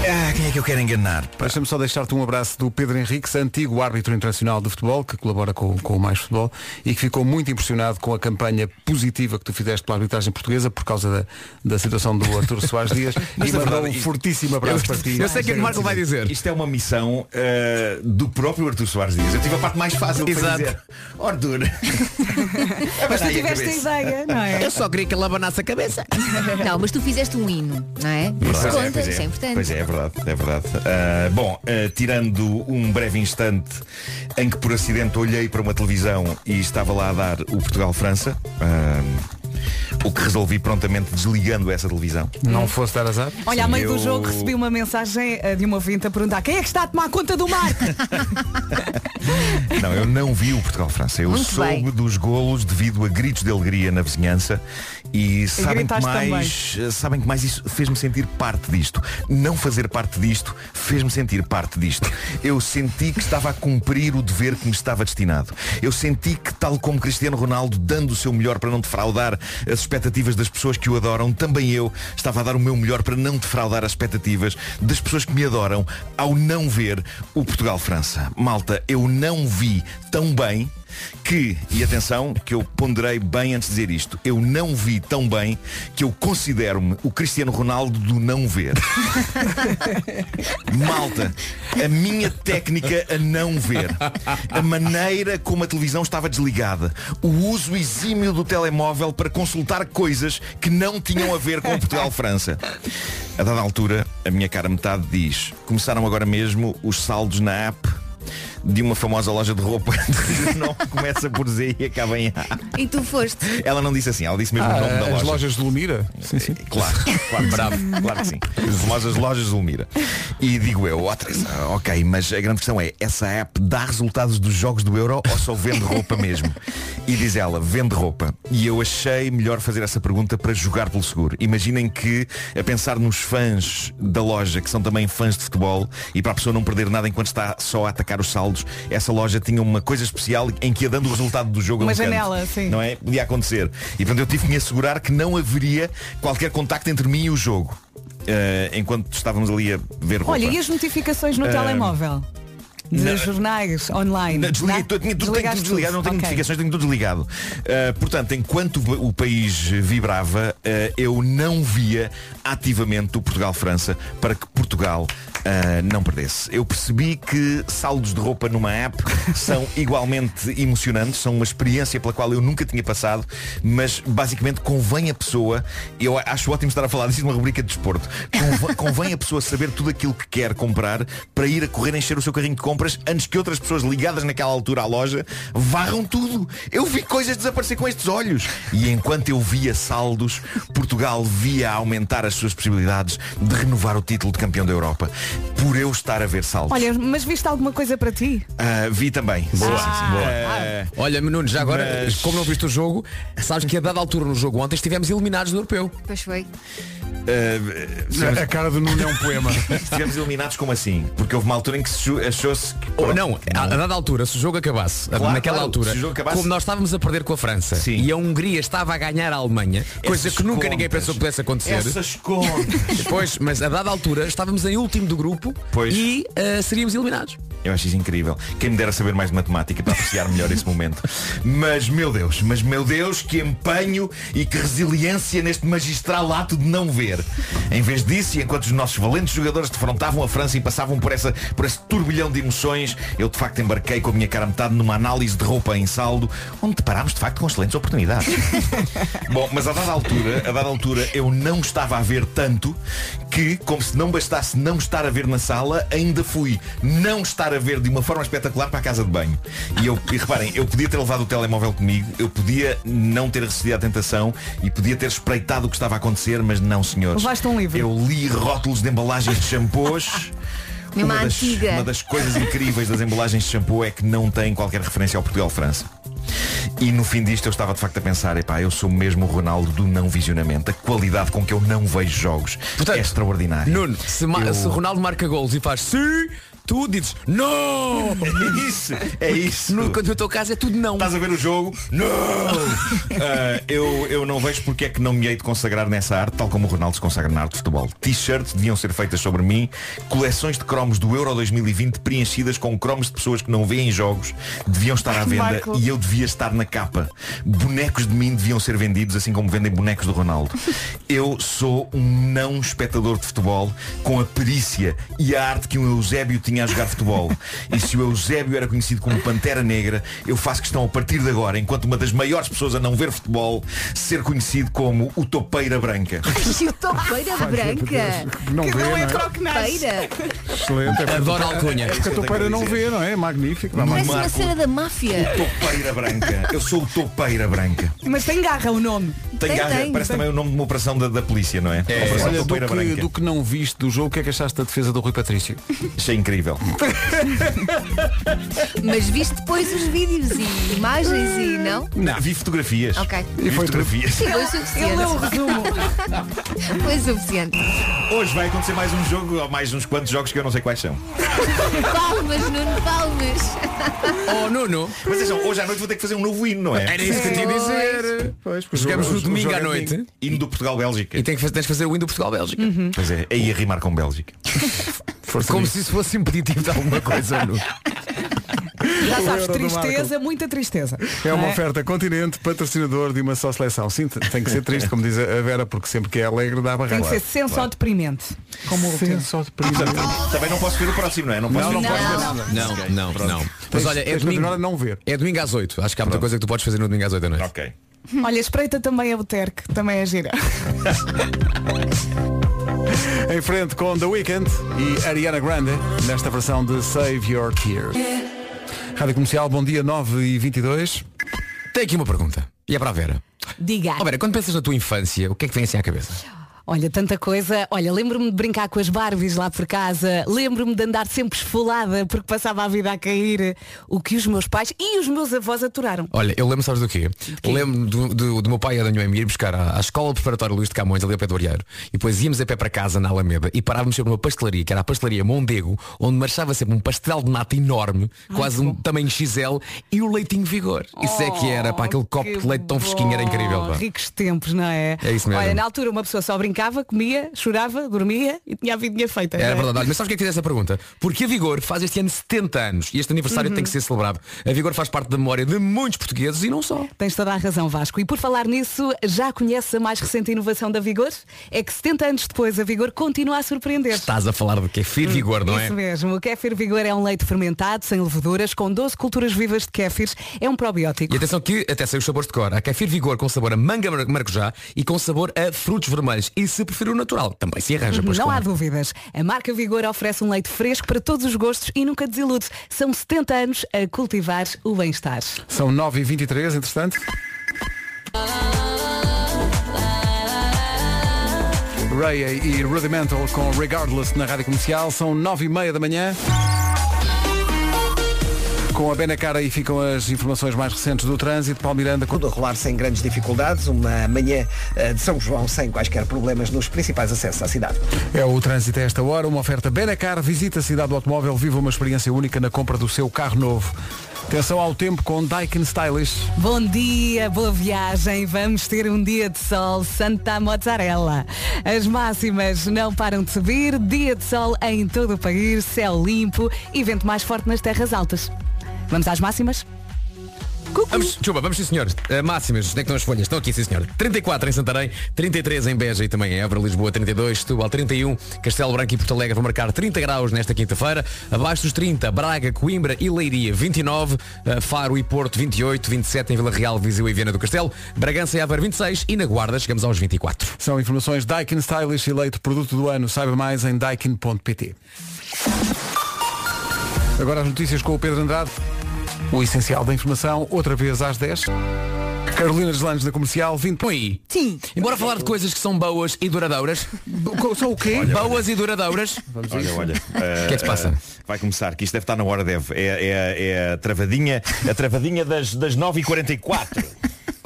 T: Ah, quem é que eu quero enganar?
A: Deixa-me só deixar-te um abraço do Pedro Henriques, antigo árbitro internacional de futebol, que colabora com, com o Mais Futebol e que ficou muito impressionado com a campanha positiva que tu fizeste pela arbitragem portuguesa por causa da, da situação do Artur Soares Dias e
H: é
T: na
A: mandou
T: verdade,
A: um
T: isto-
A: fortíssimo abraço para ti.
T: dizer. Isto é uma missão eh, do próprio Artur Soares Dias. Eu tive a parte mais fácil de
H: Exato.
T: dizer. Oh, Artur.
H: Mas tu
T: Abanai a
H: tiveste
T: cabeça.
H: a ideia, não é? Eu só queria que ele abanasse a cabeça.
D: Não, mas tu fizeste um hino, não é? Isso
T: Pois é,
D: conta,
T: pois é.
D: isso é importante.
T: Pois é, é verdade, é verdade. Ah, bom, ah, tirando um breve instante em que por acidente olhei para uma televisão e estava lá a dar o Portugal-França, ah, o que resolvi prontamente desligando essa televisão.
A: Não fosse dar azar?
B: Olha, a meio do jogo recebi uma mensagem eh, de uma ouvinte a perguntar quem é que está a tomar conta do Marco?
T: Não, eu não vi o Portugal-França. Eu
B: Muito
T: soube
B: bem.
T: dos golos devido a gritos de alegria na vizinhança e sabem que,
B: gritaste
T: mais, eh, sabem que mais isso fez-me sentir parte disto. Não fazer parte disto fez-me sentir parte disto. Eu senti que estava a cumprir o dever que me estava destinado. Eu senti que, tal como Cristiano Ronaldo, dando o seu melhor para não defraudar as expectativas das pessoas que o adoram, também eu estava a dar o meu melhor para não defraudar as expectativas das pessoas que me adoram ao não ver o Portugal-França. Malta, eu não vi tão bem que, e atenção, que eu ponderei bem antes de dizer isto, eu não vi tão bem que eu considero-me o Cristiano Ronaldo do não ver. Malta, a minha técnica a não ver, a maneira como a televisão estava desligada, o uso exímio do telemóvel para consultar coisas que não tinham a ver com o Portugal-França. A dada altura, a minha cara metade diz, começaram agora mesmo os saldos na app de uma famosa loja de roupa de Rio Não, começa por Z e acaba em A.
D: E tu foste.
T: Ela não disse assim, ela disse mesmo
A: Ah,
T: o nome da
A: as
T: loja.
A: lojas de Lumira? Sim, sim.
T: Eh, Claro, claro, bravo, claro que sim. As famosas lojas de Lumira. E digo eu, ó Teresa, ok, mas a grande questão é, essa app dá resultados dos jogos do Euro ou só vende roupa mesmo? E diz ela, vende roupa. E eu achei melhor fazer essa pergunta para jogar pelo seguro. Imaginem que, a pensar nos fãs da loja, que são também fãs de futebol, e para a pessoa não perder nada enquanto está só a atacar os saldos, essa loja tinha uma coisa especial em que ia dando o resultado do jogo a
B: Uma
T: um canto.
B: janela, sim.
T: Não é? é? Podia acontecer. E portanto eu tive que me assegurar que não haveria qualquer contacto entre mim e o jogo. Eh, enquanto estávamos ali a ver roupa.
B: Olha, e as notificações no
T: Ah,
B: telemóvel? Dos
T: na-
B: jornais, online.
T: Não, desliguei,
B: Nada?
T: tudo, tinha tudo, tenho
B: Desligaste
T: tudo desligado,
B: tudo.
T: não tenho
B: Ok.
T: notificações, tenho tudo desligado. Uh, portanto, enquanto o o país vibrava, uh, eu não via ativamente o Portugal-França para que Portugal uh, não perdesse. Eu percebi que saldos de roupa numa app são igualmente emocionantes, são uma experiência pela qual eu nunca tinha passado, mas basicamente convém a pessoa, eu acho ótimo estar a falar disso numa rubrica de desporto, Conv- convém a pessoa saber tudo aquilo que quer comprar para ir a correr encher o seu carrinho de compras antes que outras pessoas ligadas naquela altura à loja varram tudo. Eu vi coisas desaparecer com estes olhos. E enquanto eu via saldos, Portugal via aumentar as suas possibilidades de renovar o título de campeão da Europa por eu estar a ver saldos.
B: Olha, mas viste alguma coisa para ti?
T: Ah, vi também.
H: Boa,
T: Sim, sim, sim.
H: boa.
T: Ah,
H: Olha, Nuno, já agora,
T: Mas-
H: como não viste o jogo, sabes que a dada altura no jogo ontem estivemos eliminados do europeu.
D: Pois foi.
T: ah,
A: A cara do Nuno é um poema.
T: Estivemos eliminados como assim? Porque houve uma altura em que se ju- achou-se que.
H: Ou Oh, não, a a dada altura, se o jogo acabasse,
T: Claro,
H: naquela
T: claro,
H: altura,
T: se o jogo acabasse-
H: como nós estávamos a perder com a França e a Hungria estava a ganhar a Alemanha, coisa
T: Essas
H: que nunca ninguém
T: contas.
H: pensou que pudesse acontecer.
T: Essas contas.
H: pois, mas a dada altura estávamos em último do grupo
T: Pois.
H: e ah, seríamos eliminados.
T: Eu acho isso incrível. Quem me dera saber mais de matemática para apreciar melhor esse momento. Mas meu Deus, mas meu Deus, que empenho e que resiliência neste magistral ato de não ver. Em vez disso, e enquanto os nossos valentes jogadores defrontavam a França e passavam por, essa, por esse turbilhão de emoções, eu de facto embarquei com a minha cara a metade numa análise de roupa em saldo, onde deparámos de facto com excelentes oportunidades. Bom, mas a dada altura, a dada altura, eu não estava a ver tanto que, como se não bastasse não estar a ver na sala, ainda fui não estar a ver de uma forma espetacular para a casa de banho. E eu, e reparem, eu podia ter levado o telemóvel comigo, eu podia não ter recebido a tentação e podia ter espreitado o que estava a acontecer, mas não, senhores.
B: Levaste um livro.
T: Eu li rótulos de embalagens de shampoos.
D: Mesmo à
T: das,
D: antiga.
T: uma das coisas incríveis das embalagens de shampoo é que não tem qualquer referência ao Portugal-França. E no fim disto eu estava de facto a pensar, epá, eu sou mesmo o Ronaldo do não visionamento. A qualidade com que eu não vejo jogos é extraordinária.
H: Nuno, se, ma-
T: Eu-
H: se o Ronaldo marca golos e faz sim, tu dizes não!
T: É isso, é isso.
H: No, quando no teu caso é tudo não.
T: Estás a ver o jogo? Não! Ah, eu, eu não vejo porque é que não me hei de consagrar nessa arte, tal como o Ronaldo se consagra na arte de futebol. T-shirts deviam ser feitas sobre mim, coleções de cromos do Euro 2020 preenchidas com cromos de pessoas que não veem jogos deviam estar à venda
L: Marco.
T: e eu devia estar na capa. Bonecos de mim deviam ser vendidos assim como vendem bonecos do Ronaldo. Eu sou um não espectador de futebol com a perícia e a arte que um Eusébio tinha a jogar futebol. E se o Eusébio era conhecido como Pantera Negra, eu faço questão a partir de agora, enquanto uma das maiores pessoas a não ver futebol, ser conhecido como o Topeira Branca.
D: Topeira branca.
A: Não vê, não é?
D: Topeira.
A: Excelente. é
H: Adoro
A: porque-
H: alcunha.
A: É porque a toupeira não vê, não é? Magnífico. Dá
D: Parece uma
T: Marco.
D: cena da máfia.
T: Topeira Branca. Eu sou o Topeira Branca.
B: Mas tem garra o nome.
T: Tem garra, parece também o nome de uma operação da, da polícia, não é?
A: É.
T: Operação
A: Olha, do
T: Toupeira
A: que, do que não viste do jogo, o que é que achaste da defesa do Rui Patrício?
T: Isso é incrível.
D: Mas viste depois os vídeos e imagens e não?
T: Não. Vi fotografias.
D: Ok.
T: Vi fotografias.
D: Sim, foi o suficiente.
B: Ele é o resumo.
D: Foi o suficiente.
T: Hoje vai acontecer mais um jogo, ou mais uns quantos jogos que eu não sei quais são.
D: Palmas, Nuno, palmas.
H: Oh Nuno.
T: Mas atenção, hoje à noite vou ter que fazer um novo hino, não é?
H: Era isso que eu tinha a dizer. Jogamos no
A: é
H: domingo à noite.
T: Hino do Portugal-Bélgica.
H: E tem que fazer, tens de fazer o hino do Portugal-Bélgica.
T: Pois é, aí a rimar com Bélgica.
H: Como se isso fosse impeditivo de alguma coisa. Nuno.
B: Já
A: O
B: sabes,
A: euro do
B: tristeza, muita tristeza.
A: É uma
B: Não
A: oferta continente, patrocinador de uma só seleção. Sim, tem que ser triste, como diz a Vera, porque sempre que é alegre dá barraca.
B: Tem que ser senso ou deprimente. Como o último.
T: Também não posso ver o próximo, não é? Não posso
H: Não,
T: ver
H: não
T: o próximo.
H: posso ver. Não,
T: Ok,
H: não,
T: pronto.
H: não. Mas olha, é
A: tens de
H: domingo,
A: continuar a não ver.
H: é domingo às 8. Acho que há muita coisa que tu podes fazer no domingo às 8 da noite.
T: Ok.
B: Olha, espreita também a Buterque, também é gira.
A: Em frente com The Weeknd e Ariana Grande, nesta versão de Save Your Tears.
B: É.
N: Yeah.
A: Rádio Comercial, bom dia 9 e 22.
H: Tem aqui uma pergunta. E é para a Vera.
B: Diga.
H: Ó Vera, quando pensas na tua infância, o que é que vem assim à cabeça?
B: Olha, tanta coisa. Olha, lembro-me de brincar com as Barbies lá por casa. Lembro-me de andar sempre esfolada porque passava a vida a cair. O que os meus pais e os meus avós aturaram.
H: Olha, eu lembro, sabes do quê? Lembro-me do, do, do meu pai e da minha mãe ir buscar à, à escola preparatória Luís de Camões, ali a pé do Areiro. E depois íamos a pé para casa, na Alameda, e parávamos sempre numa pastelaria, que era a pastelaria Mondego, onde marchava sempre um pastel de nata enorme,
B: Ai,
H: quase
B: que
H: um tamanho XL, e o leitinho vigor. Isso é que era, para aquele copo de leite tão fresquinho, era incrível.
B: Oh,
H: pá.
B: Ricos tempos, não é?
H: É isso mesmo.
B: Olha, na altura uma pessoa só brincava, comia, chorava, dormia e tinha a vidinha feita.
H: É
B: não
H: verdade, Olha, mas sabes o que é que fiz essa pergunta? Porque a Vigor faz este ano 70 anos e este aniversário
B: Uhum.
H: tem que ser celebrado. A Vigor faz parte da memória de muitos portugueses e não só.
B: Tens toda a razão, Vasco. E por falar nisso, já conhece a mais recente inovação da Vigor? É que 70 anos depois a Vigor continua a surpreender.
H: Estás a falar do kefir Vigor, não é?
B: Isso mesmo. O kéfir Vigor é um leite fermentado, sem leveduras, com 12 culturas vivas de kéfirs. É um probiótico.
H: E atenção que até sei os sabores de cor. Há kefir Vigor com sabor a manga mar- maracujá e com sabor a frutos vermelhos. E se preferir o natural, também se arranja. pois
B: Uhum, Não há
H: claro.
B: dúvidas. A marca Vigor oferece um leite fresco para todos os gostos e nunca desilude. São 70 anos a cultivar o bem-estar.
A: São 9 e 23, entretanto. Ray e Rudimental com Regardless na Rádio Comercial. São 9 e meia da manhã. Com a Benacar aí ficam as informações mais recentes do trânsito. Paulo Miranda,
C: Tudo a rolar sem grandes dificuldades, uma manhã eh, de São João sem quaisquer problemas nos principais acessos à cidade.
A: É o trânsito a esta hora, uma oferta Benacar, visita a cidade do automóvel, viva uma experiência única na compra do seu carro novo. Atenção ao tempo com Daikin Stylish.
B: Bom dia, boa viagem. Vamos ter um dia de sol, Santa Mozzarella. As máximas não param de subir, dia de sol em todo o país, céu limpo e vento mais forte nas terras altas. Vamos às máximas?
H: Vamos, chupa, vamos sim senhor. Eh, máximas, onde é que estão as folhas? Estão aqui, sim senhor. 34 em Santarém, 33 em Beja e também em Évora, Lisboa 32, Setúbal 31, Castelo Branco e Porto Alegre vão marcar 30 graus nesta quinta-feira. Abaixo dos 30, Braga, Coimbra e Leiria 29, eh, Faro e Porto 28, 27 em Vila Real, Viseu e Viana do Castelo, Bragança e Aveiro 26 e na Guarda chegamos aos 24.
A: São informações Daikin Stylish, eleito produto do ano. Saiba mais em daikin.pt. Agora as notícias com o Pedro Andrade. O essencial da informação, outra vez às 10. Carolina Deslandes da Comercial, um. 20.
H: Põe Sim. Embora falar de coisas que são boas e duradouras.
A: São o quê?
H: boas e duradouras. Vamos
T: Olha, olha.
H: O que é que se passa?
T: eh, vai começar, que isto deve estar na hora, deve. É, é- é a travadinha, a travadinha das, das 9h44.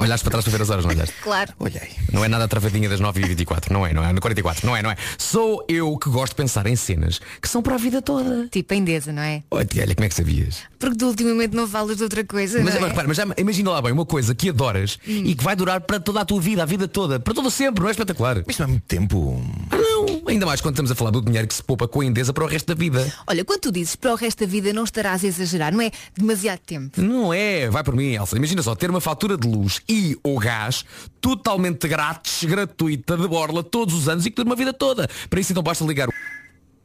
H: Olhaste para trás para ver as horas, não olhaste?
D: Claro.
H: Olhei. Não é nada a travadinha das 9h24, não é, não é? No 44, não é, não é? Sou eu que gosto de pensar em cenas que são para a vida toda.
D: Tipo a Endesa, não é?
H: Olha, olha, como é que sabias?
D: Porque tu ultimamente não falas de outra coisa.
H: Mas,
D: não
H: mas
D: é?
H: repara, mas já imagina lá bem uma coisa que adoras
D: Hum.
H: e que vai durar para toda a tua vida, a vida toda, para todo sempre, não é espetacular?
T: Isto não é muito tempo.
H: Não, ainda mais quando estamos a falar do dinheiro que se poupa com a Endesa para o resto da vida.
D: Olha, quando tu dizes para o resto da vida não estarás a exagerar, não é demasiado tempo.
H: Não é, vai por mim, Elsa. Imagina só, ter uma fatura de luz e ou gás totalmente grátis, gratuita, de borla, todos os anos e que dura uma vida toda. Para isso então basta ligar o...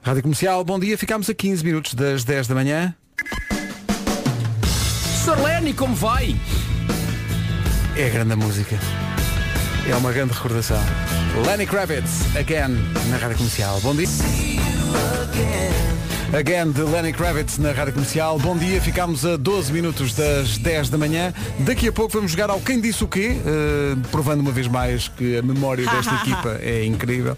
A: Rádio Comercial, bom dia. Ficámos a 15 minutos das 10 da manhã.
H: Sorlene, como vai?
A: É grande a música. É uma grande recordação. Lenny Kravitz, again, na Rádio Comercial. Bom dia. Again de Lenny Kravitz na Rádio Comercial. Bom dia, ficámos a 12 minutos das 10 da manhã. Daqui a pouco vamos jogar ao Quem Disse o Quê, eh, provando uma vez mais que a memória desta equipa é incrível.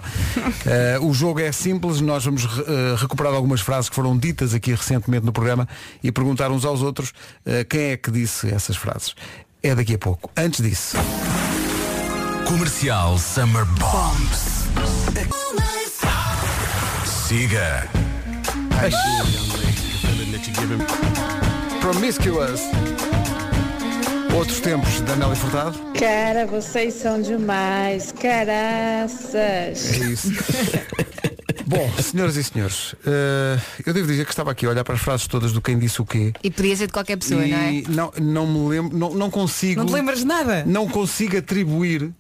A: Eh, o jogo é simples, nós vamos re- eh, recuperar algumas frases que foram ditas aqui recentemente no programa e perguntar uns aos outros eh, quem é que disse essas frases. É daqui a pouco. Antes disso.
Q: Comercial Summer Bombs. Siga.
A: Promiscuous. Outros tempos da Nelly Furtado.
U: Cara, vocês são demais, caraças.
A: É isso. Bom, senhoras e senhores, eh, eu devo dizer que estava aqui a olhar para as frases todas do quem disse o quê.
D: E podia ser de qualquer pessoa,
A: e
D: não é?
A: não, não me lembro, não, não consigo.
D: Não te lembras de
B: nada?
A: Não consigo atribuir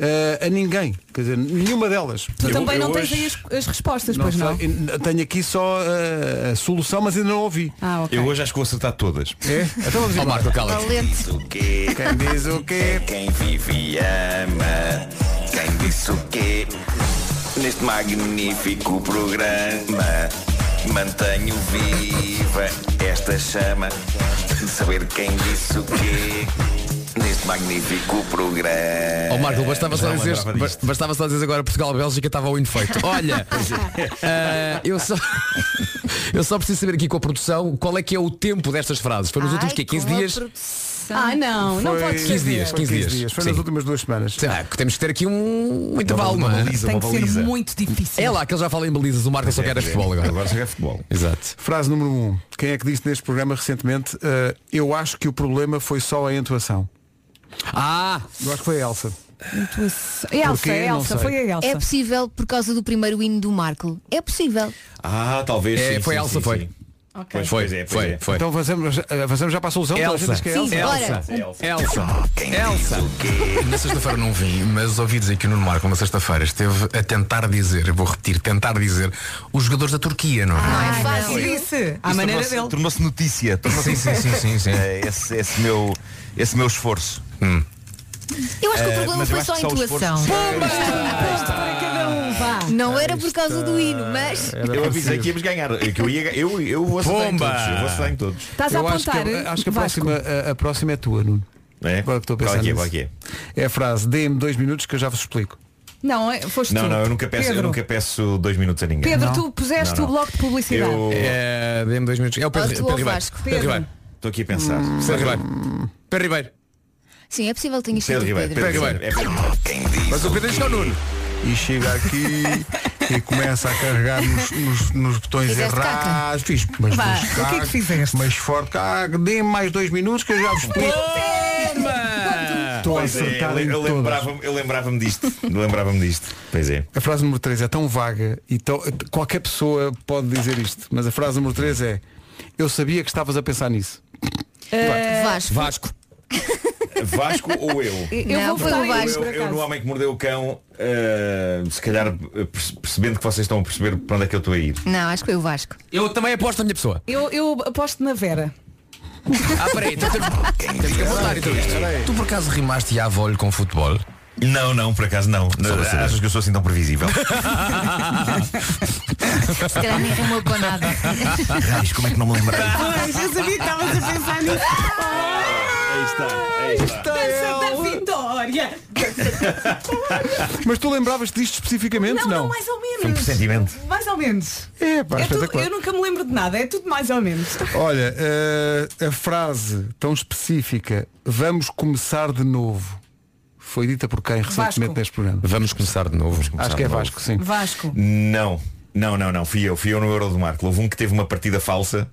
A: eh, a ninguém. Quer dizer, nenhuma delas.
B: Tu
A: Eu-
B: também
A: eu
B: não tens
A: hoje
B: aí as, as respostas,
A: não
B: pois não?
A: sei, eu Tenho aqui só eh, a solução, mas ainda não ouvi.
B: Ah, ok.
T: Eu hoje acho que vou acertar todas.
A: É? Então vamos
T: Ó,
A: embora.
T: Marco, cala-te.
Q: quê?
A: Quem diz o quê?
Q: Quem vive e ama. Quem disse o quê? Neste magnífico programa mantenho viva esta chama saber quem disse o quê neste magnífico programa.
H: Ó
A: É,
H: Marco, bastava só, dizer, ba- bastava só dizer agora Portugal-Bélgica estava o infeito. Olha,
A: é.
H: eh, eu, só, eu só preciso saber aqui com a produção qual é que é o tempo destas frases. Foi nos últimos quê? 15 dias?
B: Ah, não, não
H: Foi-
B: pode
H: 15 dias, 15 dias.
A: Foi
H: Sim.
A: nas últimas duas semanas.
H: Ah, que temos que ter aqui um, um intervalo,
A: uma
H: não é?
A: baliza, Tem uma que ser baliza.
B: muito difícil.
H: É lá que ele já fala em balizas, o Marco só quer é futebol agora.
T: Agora só quer futebol.
H: Exato.
A: Frase número 1. Um. Quem é que disse neste programa recentemente eh, Eu acho que o problema foi só a entoação?
H: Ah!
A: Eu acho que foi a Elsa.
B: É Elsa,
A: Porquê?
B: é
A: Não
B: Elsa,
A: sei.
B: foi a Elsa.
D: É possível por causa do primeiro hino do Marco. É possível.
T: Ah, talvez.
H: É,
T: sim,
H: foi
T: sim,
H: Elsa,
T: sim,
H: foi.
T: sim.
D: Ok.
T: Pois,
H: Foi,
T: pois é, pois
H: foi,
T: é.
H: foi.
A: Então avançamos, avançamos já para a solução. Toda a gente
H: Elsa.
A: diz que é
D: Sim, bora.
H: Elsa.
T: É
H: Elsa.
F: Na sexta-feira não vim, mas ouvi dizer que o Nuno Marco na sexta-feira esteve a tentar dizer, eu vou repetir, tentar dizer, os jogadores da Turquia, não é?
D: Ah,
B: Mas disse, à
T: Isso
B: maneira
T: tornou-se-
B: dele.
T: Tornou-se notícia. tornou-se
F: Sim, sim, sim, sim, sim.
T: É, esse, esse meu, esse meu esforço.
D: Eu acho que
T: Eh,
D: o problema
T: mas eu
D: foi
T: acho
D: só a
T: que só o esforço-
D: intuação.
B: Cada um, vá.
D: Não era por causa do hino, mas.
T: eu avisei que íamos ganhar. É Que eu, ia, eu, eu vou acertar em
F: Pumba!
T: todos. Eu vou acertar em todos.
B: Estás a
A: Eu acho que,
B: apontar?
A: eu- acho que a,
B: Vasco?
A: próxima, a, a próxima é tua, Nuno.
T: É?
A: Agora que estou a
T: Qual
A: pensar
T: é que é?
A: nisso.
T: Qual é que é?
A: É a frase, dê-me dois minutos que eu já vos explico.
B: Não, é- foste
T: Não,
B: tu.
T: não, eu nunca peço, eu
B: Pedro.
T: nunca peço dois minutos a ninguém.
B: Pedro,
T: Não.
B: tu puseste
T: Não, não.
B: o bloco de publicidade.
T: Eu
H: É, Dê-me dois minutos. É o Pedro,
D: Ou tu
H: Pedro
D: ou
H: Ribeiro.
D: Vasco.
H: Pedro Ribeiro.
T: estou aqui a pensar.
B: Hum.
H: Pedro Ribeiro. Pedro Ribeiro.
D: Sim, é possível que tenhas sido
T: Pedro
D: o
T: Ribeiro.
D: Pedro.
T: Pedro
H: Pedro
T: Ribeiro. É Pedro.
H: Mas o
A: é
H: Pedro disse ao Nuno.
A: E chega aqui e começa a carregar nos, nos- nos botões
D: Fizeste
A: errados. Fiz, mas
B: Vá,
A: mas
B: o que é que
A: caco,
B: fizeste?
A: Mas forte, ah, dê-me mais dois minutos que eu já vos explico. Estou a
T: Pois é,
A: acertar
T: eu-
A: em
T: eu
A: todas.
T: lembrava-me eu lembrava-me disto. Eu lembrava-me disto. Pois é.
A: A frase número 3 é tão vaga e tão- qualquer pessoa pode dizer isto, mas a frase número 3 é Eu sabia que estavas a pensar nisso.
D: Vasco.
H: Vasco.
T: Vasco ou eu?
B: Eu
D: Não,
B: vou
D: foi
B: votar
D: o
B: em
D: Vasco.
B: dois,
T: Eu,
B: por
T: eu no
B: acaso.
T: Homem que Mordeu o Cão, eh, se calhar eh, perce- percebendo que vocês estão a perceber para onde é que eu estou a ir.
D: Não, acho que foi o Vasco.
H: Eu também aposto na minha pessoa.
B: Eu, eu aposto na Vera.
H: Ah, peraí, então temos, temos que apontar então isto. Tu por acaso rimaste à volho com futebol?
T: Não, não, por acaso não. não achas que eu sou assim tão previsível?
D: Se calhar nem rumou para nada.
T: Raios, como é que não me lembrei?
B: Pois, eu sabia que estavas a pensar nisso.
T: Aí está, aí está.
B: Dança da vitória.
A: Mas tu lembravas-te disto especificamente?
B: Não, não,
A: Não,
B: mais ou
T: Foi um
B: menos.
T: pressentimento.
B: Mais ou menos.
A: É, pá,
B: É tudo-
A: espetacular.
B: eu nunca me lembro de nada, é tudo mais ou menos.
A: Olha, eh, a frase tão específica, vamos começar de novo, foi dita por quem recentemente
B: Vasco.
A: neste programa?
H: Vamos começar de novo.
A: Acho que é Vasco, sim.
B: Vasco.
T: Não, não, não, não. Fui eu, fui eu no Euro do Marco. Houve um que teve uma partida falsa,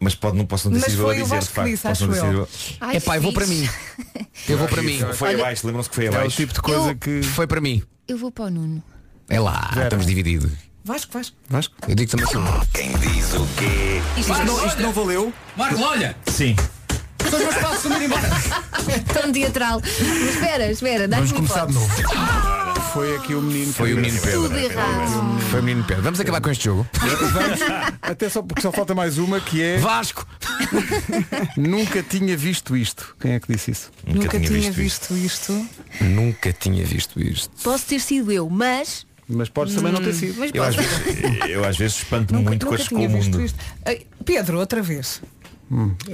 T: mas pode, não, posso não ter
B: Mas
T: sido eu a
B: foi o
T: dizer, de
B: Vasco que
T: facto.
B: disse,
T: Posso não ter
B: acho
T: sido
B: eu.
D: Ai,
H: É pá, eu vou para
D: fixe.
H: mim. Eu vou para mim.
T: eu. Foi abaixo, lembram-se que foi
A: É o
T: abaixo.
A: tipo de coisa
D: Eu-
A: que.
H: Foi para mim.
D: Eu vou para o Nuno.
H: É lá, estamos divididos.
B: Vasco, Vasco.
A: Vasco?
H: Eu digo também que não.
Q: Quem diz o quê?
H: Isto não, isto não valeu. Marco, olha!
T: Sim.
H: São os meus passos a embora.
D: Tão teatral. Mas espera, espera, dá-me um
A: Vamos começar de novo. Foi aqui o menino. que-
H: Foi o menino Pedro.
D: Tudo errado.
H: Foi o menino Pedro. Vamos acabar com este jogo.
A: Vamos, até só porque só falta mais uma que é
H: Vasco!
A: Nunca tinha visto isto. Quem é que disse isso?
T: Nunca, tinha, visto, isto.
B: isto.
H: Nunca tinha visto isto.
D: Posso ter sido eu, mas.
A: Mas podes também não ter sido.
D: Mas
T: Eu às
D: posso.
T: vezes, eu às vezes espanto-me
B: Nunca,
T: muito com
B: nunca
T: as com o
B: tinha visto
T: mundo.
B: isto. Ai, Pedro, outra vez.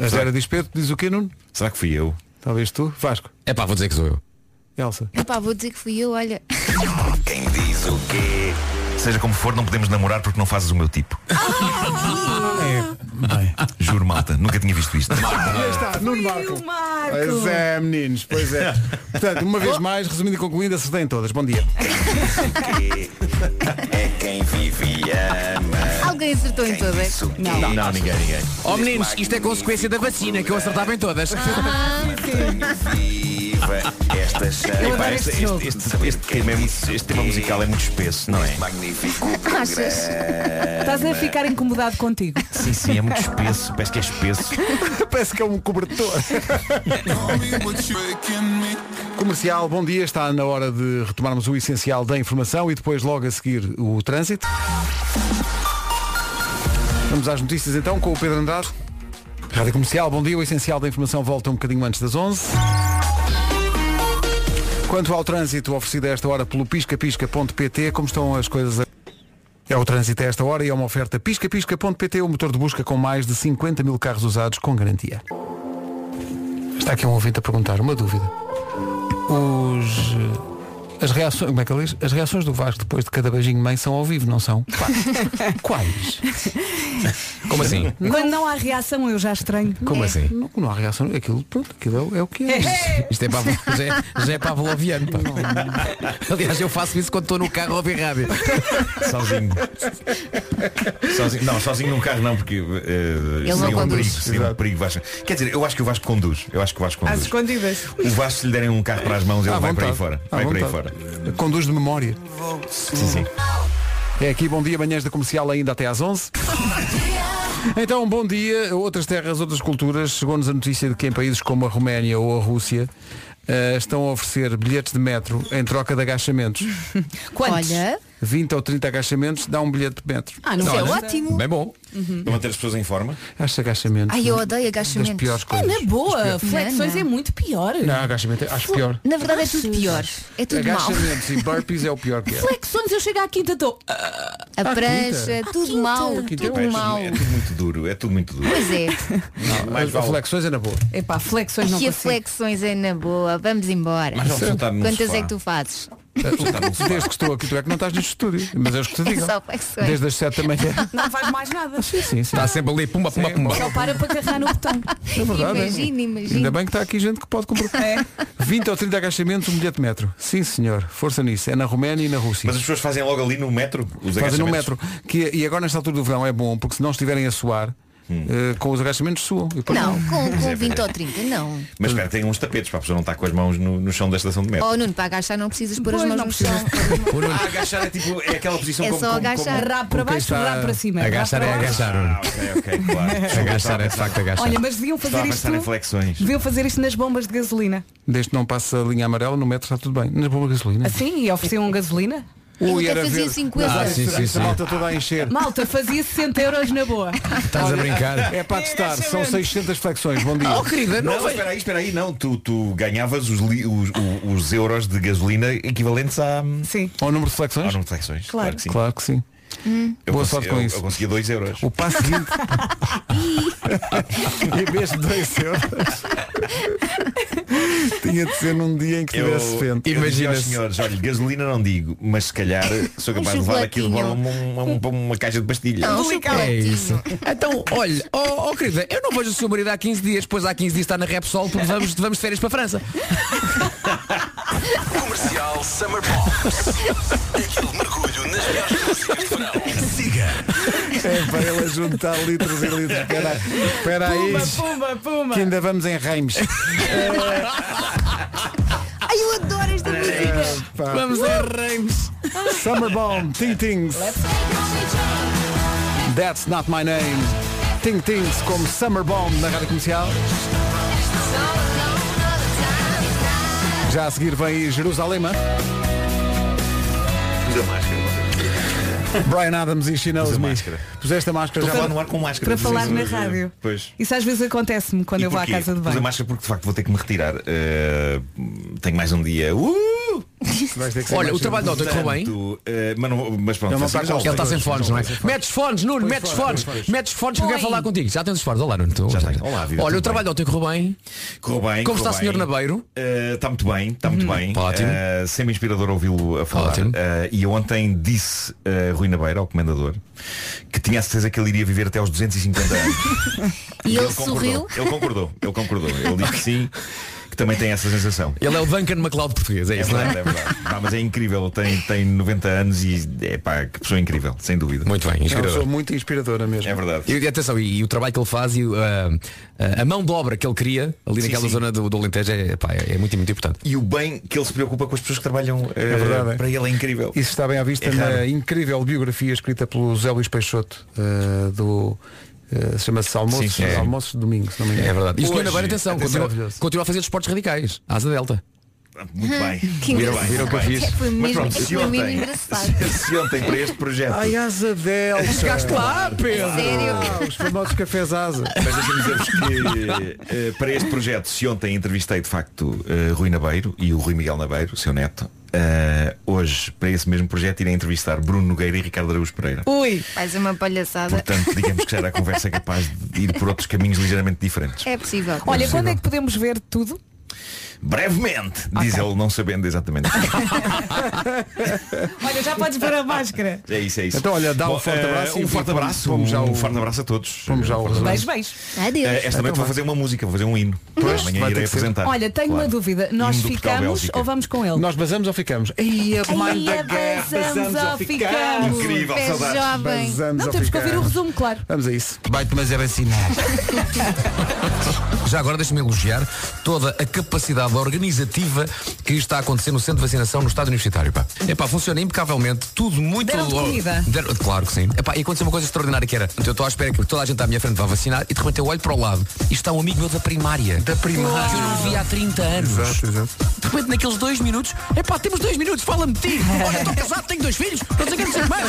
A: A Vera diz Pedro, diz o quê, Nuno?
T: Será que fui eu?
A: Talvez tu. Vasco.
H: É pá, vou dizer que sou eu.
A: Elsa.
D: Epá, vou dizer que fui eu, olha.
Q: Quem diz o quê?
T: Seja como for, não podemos namorar porque não fazes o meu tipo.
A: Ah.
T: Juro, malta, nunca tinha visto isto.
A: Aí está, Nuno Marco.
B: Marco.
A: Pois é, meninos, pois é. Portanto, uma vez mais, resumindo e concluindo, acertei em todas. Bom dia.
Q: É quem vive e ama.
D: Alguém acertou em
Q: Quem
D: todas.
Q: disse o quê? Não,
T: ninguém, ninguém.
H: Oh meninos, isto é consequência da vacina que eu acertava em todas.
Q: Ah. Viva esta chama.
T: Epá, este, este, este, este, tema é muito- este tema musical é muito espesso, não é?
Q: Magnífico
D: Achas?
B: Ah, Estás a ficar incomodado contigo.
T: Sim, sim, é muito espesso, parece que é espesso.
A: Parece que é um cobertor. Comercial, bom dia. Está na hora de retomarmos o essencial da informação e depois logo a seguir o trânsito. Vamos às notícias então com o Pedro Andrade. Rádio Comercial, bom dia. O essencial da informação volta um bocadinho antes das 11. Quanto ao trânsito oferecido a esta hora pelo piscapisca.pt, como estão as coisas a... É o trânsito a esta hora e é uma oferta piscapisca.pt, o motor de busca com mais de 50 mil carros usados com garantia. Está aqui um ouvinte a perguntar, uma dúvida. Os... eh, As reações, como é que ele diz? As reações do Vasco depois de cada beijinho de mãe são ao vivo, não são? Quais?
F: Como assim?
B: Quando não há reação, eu já estranho.
F: Como assim?
A: Não, não há reação. Aquilo, pronto, aquilo é, é o que é.
F: Isto é Pavlo- já é- já é pavloviano. pá. Aliás, eu faço isso quando estou no carro a ouvir rádio.
T: Sozinho. Sozinho- não, sozinho num carro não, porque eh,
F: não
T: seria um
F: conduz.
T: perigo, seria um perigo Vasco. Quer dizer, eu acho que o Vasco conduz. Eu acho que é o Vasco
G: Às
T: conduz.
G: escondidas.
T: O Vasco se lhe derem um carro para as mãos, ele
A: À
T: vai para aí
A: vontade.
T: fora.
A: À
T: Vai para aí
A: vontade.
T: fora.
A: Conduz de memória.
T: Sim, sim.
A: É aqui, bom dia, manhãs da comercial ainda até às 11. Então, bom dia. Outras terras, outras culturas. Chegou-nos a notícia de que em países como a Roménia ou a Rússia eh, estão a oferecer bilhetes de metro em troca de agachamentos.
D: Quantos? Olha. é
A: 20 ou 30 agachamentos dá um bilhete de metro.
D: Ah, não Olha, é ótimo.
A: Bem bom.
D: Uhum.
T: Vão ter as pessoas em forma?
A: Acho agachamento.
D: Ai, eu odeio agachamentos.
A: Das piores
D: É,
A: coisas.
D: na boa. Flexões é
B: muito pior.
A: Não, agachamento é- acho pior.
D: Na verdade é tudo pior. É tudo mau.
A: agachamentos e burpees é o pior que é.
D: Flexões, eu chego à quinta, estou.
B: ah.
D: A
A: À
D: prancha,
A: quinta?
D: tudo mal.
T: Epá, é,
D: Tudo
T: tudo,
D: mal.
T: é tudo muito duro, é tudo muito duro.
D: Pois é.
T: Não, mais vale.
A: Flexões é na boa.
B: Epá, flexões não
D: Aqui a
B: consigo.
D: flexões é na boa. Vamos embora.
A: Mas não precisa
T: tá
A: estar no
D: Quantas
A: sofá.
D: é que tu fazes?
A: Desde que estou aqui, tu é que não estás neste estúdio. Mas eu que te
D: É
A: digo.
D: só flexões.
A: Desde as 7 da manhã.
B: Não faz mais nada.
A: Está sempre ali, pumba, pumba, pumba.
B: Só para para carregar no botão.
A: É verdade, é.
D: imagina, imagina.
A: Ainda bem que está aqui gente que pode comprar. 20 ou 30 agachamentos, um bilhete de metro. Sim, senhor. Força nisso. É na Roménia e na Rússia.
T: Mas as pessoas fazem logo ali no metro os
A: Fazem no
T: agachamentos?
A: metro. Que, e agora nesta altura do verão é bom, porque se não estiverem a suar,
T: Hum.
A: eh, com os agachamentos suam. E depois-
D: Não, com,
T: Mas é
D: com 20 ou 30, não.
T: Mas espera, tem uns tapetes para a pessoa não estar com as mãos no, no chão da estação de metro.
D: Oh Nuno, para agachar não precisas pôr as
B: Pois,
D: mãos
B: não
D: no chão.
T: Ah,
D: Oh.
T: agachar é tipo, é aquela posição
D: É
T: como,
D: só
T: como,
D: agachar.
T: como-
B: Rabo para
T: como quem
B: baixo,
T: está-
B: rabo para cima.
T: Agachar
B: Rabo
T: é
B: para baixo.
T: agachar. Ah, ok, ok, claro.
F: Agachar é de facto agachar.
B: Olha, mas deviam
T: Estava
B: fazer
T: a pensar em
B: isto.
T: flexões.
B: Deviam fazer isto nas bombas de gasolina.
A: Desde que não passe a linha amarela, no metro está tudo bem. Nas bombas de gasolina.
B: Assim? E ofereciam gasolina?
A: Ui, era ver- Ah, sim, sim, sim.
B: Esta
A: malta toda a encher.
B: Malta, fazia 60 euros na boa.
A: Olha, É para testar, são 600 flexões. Bom dia.
T: não, espera aí, espera aí, não. Tu, tu ganhavas os, li- os, o- os euros de gasolina equivalentes a...
B: Sim.
A: Ao número de flexões?
T: Ao número de flexões, claro, que Ah, sim.
A: Claro que sim.
T: Eu
A: Boa
T: consegui-
A: sorte com
T: eu-
A: isso.
T: Eu conseguia 2 euros.
A: O passo seguinte. em vez de 2 euros. Tinha de ser num dia em que
T: Eu,
A: tivesse
T: eu
A: vento.
T: dizia aos senhores, olha, gasolina não digo, mas se calhar
B: Um
T: sou capaz de levar aquilo a
F: chocolatinho.
T: uma, uma, uma, uma caixa de pastilhas.
F: é isso. Então, olha, oh, oh, querida, eu não vejo o seu marido há 15 dias, depois há 15 dias está na Repsol porque vamos, vamos de férias para a França.
M: Comercial Summer Pops. Aquele mergulho nas melhores músicas de verão. Siga.
A: É para ele a juntar litros e litros. Espera, espera aí.
B: Pumba, pumba, pumba.
A: Que ainda vamos em reimes.
D: Ai, eu adoro esta música.
A: Epá.
D: Vamos
A: em reimes. Summer Bomb, Ting Tings. That's not my name. Ting Tings como Summer Bomb na rádio comercial. Já a seguir vem aí Jerusalema.
T: Da máscara.
A: Brian Adams e She Knows
T: Pus a
A: Me.
T: máscara.
A: Puseste a máscara
T: Estou a
A: já.
T: falar no ar com máscara.
B: Para
T: Sim,
B: falar
T: sim,
B: na
T: sim, sim.
B: rádio.
T: Pois.
B: Isso às vezes acontece-me quando
T: E
B: eu vou à
T: porquê?
B: casa de
T: Pus a
B: banho.
T: máscara porque de facto vou ter que me retirar. Uh, tenho mais um dia. Uh!
F: Olha, o trabalho de ontem correu bem.
T: Portanto, uh, mas, não- mas pronto,
F: Ele não está
T: assim,
F: com-
T: já
F: ele está
T: voltei.
F: sem fones, não é? Metes fones, Nuno,
H: Põe
F: metes
H: fora,
F: fones,
H: põe fora.
F: metes fones que eu quero
H: Põe.
F: falar contigo. Já tens os fones, olá Nuno. tu-
T: Olá, vida,
F: Olha, o
T: tudo
F: trabalho de ontem correu bem.
T: Correu
F: Como
T: bem. correu
F: está o senhor
T: bem.
F: Nabeiro?
T: Eh, está muito bem, está
B: Hum.
T: muito bem.
F: Ótimo.
T: Eh, sempre inspirador ouvi-lo a falar. Eh, e eu ontem disse a Rui Nabeiro, ao comendador, que tinha a certeza que ele iria viver até aos 250 anos.
D: E ele
T: concordou.
D: sorriu.
T: Ele concordou, ele concordou. Ele disse que sim, que também tem essa sensação.
F: Ele é o Duncan MacLeod português, é
T: É
F: isso, não
T: verdade,
F: é?
T: é verdade. Pá, mas é incrível, tem, tem 90 anos e é pá, que pessoa incrível, sem dúvida.
F: Muito bem,
A: Eu
F: inspirador.
A: sou É muito inspiradora mesmo.
T: É verdade.
F: E atenção, e, e o trabalho que ele faz e uh, a mão de obra que ele cria ali
T: Sim,
F: naquela
T: sim.
F: zona do, do Alentejo é, pá, é muito, muito importante.
T: E o bem que ele se preocupa com as pessoas que trabalham eh,
A: É verdade, é.
T: para ele é incrível.
A: Isso está bem à vista
T: É raro.
A: na incrível biografia escrita pelo Zé Luís Peixoto eh, do eh, se chama-se
F: Sim,
A: Almoços,
F: sim. É.
A: Almoços de Domingo, se não me engano.
F: É verdade. E o senhor Nabeiro, atenção,
A: atenção,
F: continua, continua a fazer desportos radicais. Asa Delta.
T: Ah, Muito bem.
F: Hum, Que
T: muito
F: engraçado.
T: bem,
F: Viram o que eu
T: muito bem.
F: fiz? É, foi
T: Mas
F: mesmo-
T: pronto,
F: é que
T: se
F: foi mesmo
T: ontem,
F: engraçado.
T: se ontem para este projeto.
A: Ai, asa
F: É
A: delta.
T: Chegaste lá,
A: Pedro.
T: Sério?
A: Os famosos cafés asa.
T: Mas deixa-me dizer-vos que eh, para este projeto, se ontem entrevistei de facto eh, Rui Nabeiro e o Rui Miguel Nabeiro, seu neto, ah, hoje, para esse mesmo projeto, irei entrevistar Bruno Nogueira e Ricardo Araújo Pereira.
D: Ui! Faz uma palhaçada.
T: Portanto, digamos que já era a conversa capaz de ir por outros caminhos ligeiramente diferentes.
D: É possível.
B: Olha,
T: possível.
B: quando é que podemos ver tudo?
T: Brevemente, diz ele, não sabendo exatamente.
B: Olha, já podes pôr a máscara.
T: É isso, é isso.
A: Então, olha, dá um
T: Bom,
A: forte
T: eh,
A: abraço e
T: Um forte
A: vamos-
T: abraço.
A: vamos já
T: um
A: ao-
T: forte abraço a todos.
A: vamos já
T: Um
A: ao-
T: forte abraço.
B: Beijo, beijo.
T: Eh, Esta noite vou fazer uma música, vou fazer um hino.
B: Pois,
T: Amanhã
A: vai ter
T: irei
A: que ser.
T: apresentar.
B: Olha, tenho uma dúvida. Nós
T: Hino um do Portugal,
B: ficamos
T: Bélgica.
B: ou vamos com ele?
A: Nós basamos ou ficamos? Ei, a mãe da guerra, basamos ou ficamos?
T: Incrível,
B: Pés
T: saudades.
B: jovem.
A: Basamos
B: Não,
A: ou
B: temos que ouvir o
A: ficamos?
B: resumo, claro.
A: Vamos a isso.
H: Vai-te, mas era ensinar. Já agora deixa-me elogiar toda a capacidade organizativa que está a acontecer no centro de vacinação no estado universitário. Pá. Epá, funciona impecavelmente, tudo muito
B: Deram-te
H: lo-
B: comida?
H: Deram- claro que sim. Epá, e aconteceu uma coisa extraordinária que era, eu estou à espera que toda a gente à minha frente vá vacinar e de repente eu olho para o lado e está um amigo meu da primária. Da
A: primária.
H: Que eu não vi há 30 anos.
A: Exato, exato.
H: De repente naqueles dois minutos, epá, temos dois minutos, fala-me de ti. Olha, estou casado, tenho dois filhos, não sei o que dizer mais.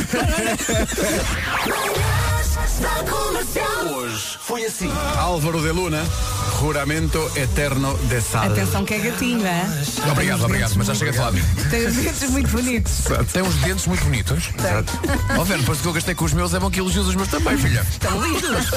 A: Hoje foi assim. Álvaro de Luna, Juramento Eterno de Sal.
B: Atenção que é gatinho, é?
H: Obrigado, obrigado, mas já chega a falar.
B: Tem os dentes muito bonitos.
H: Tem uns dentes muito bonitos. Ó oh, Vera, depois do que eu gastei com os meus, é bom que elogios os meus também, filha.
B: Estão lindos.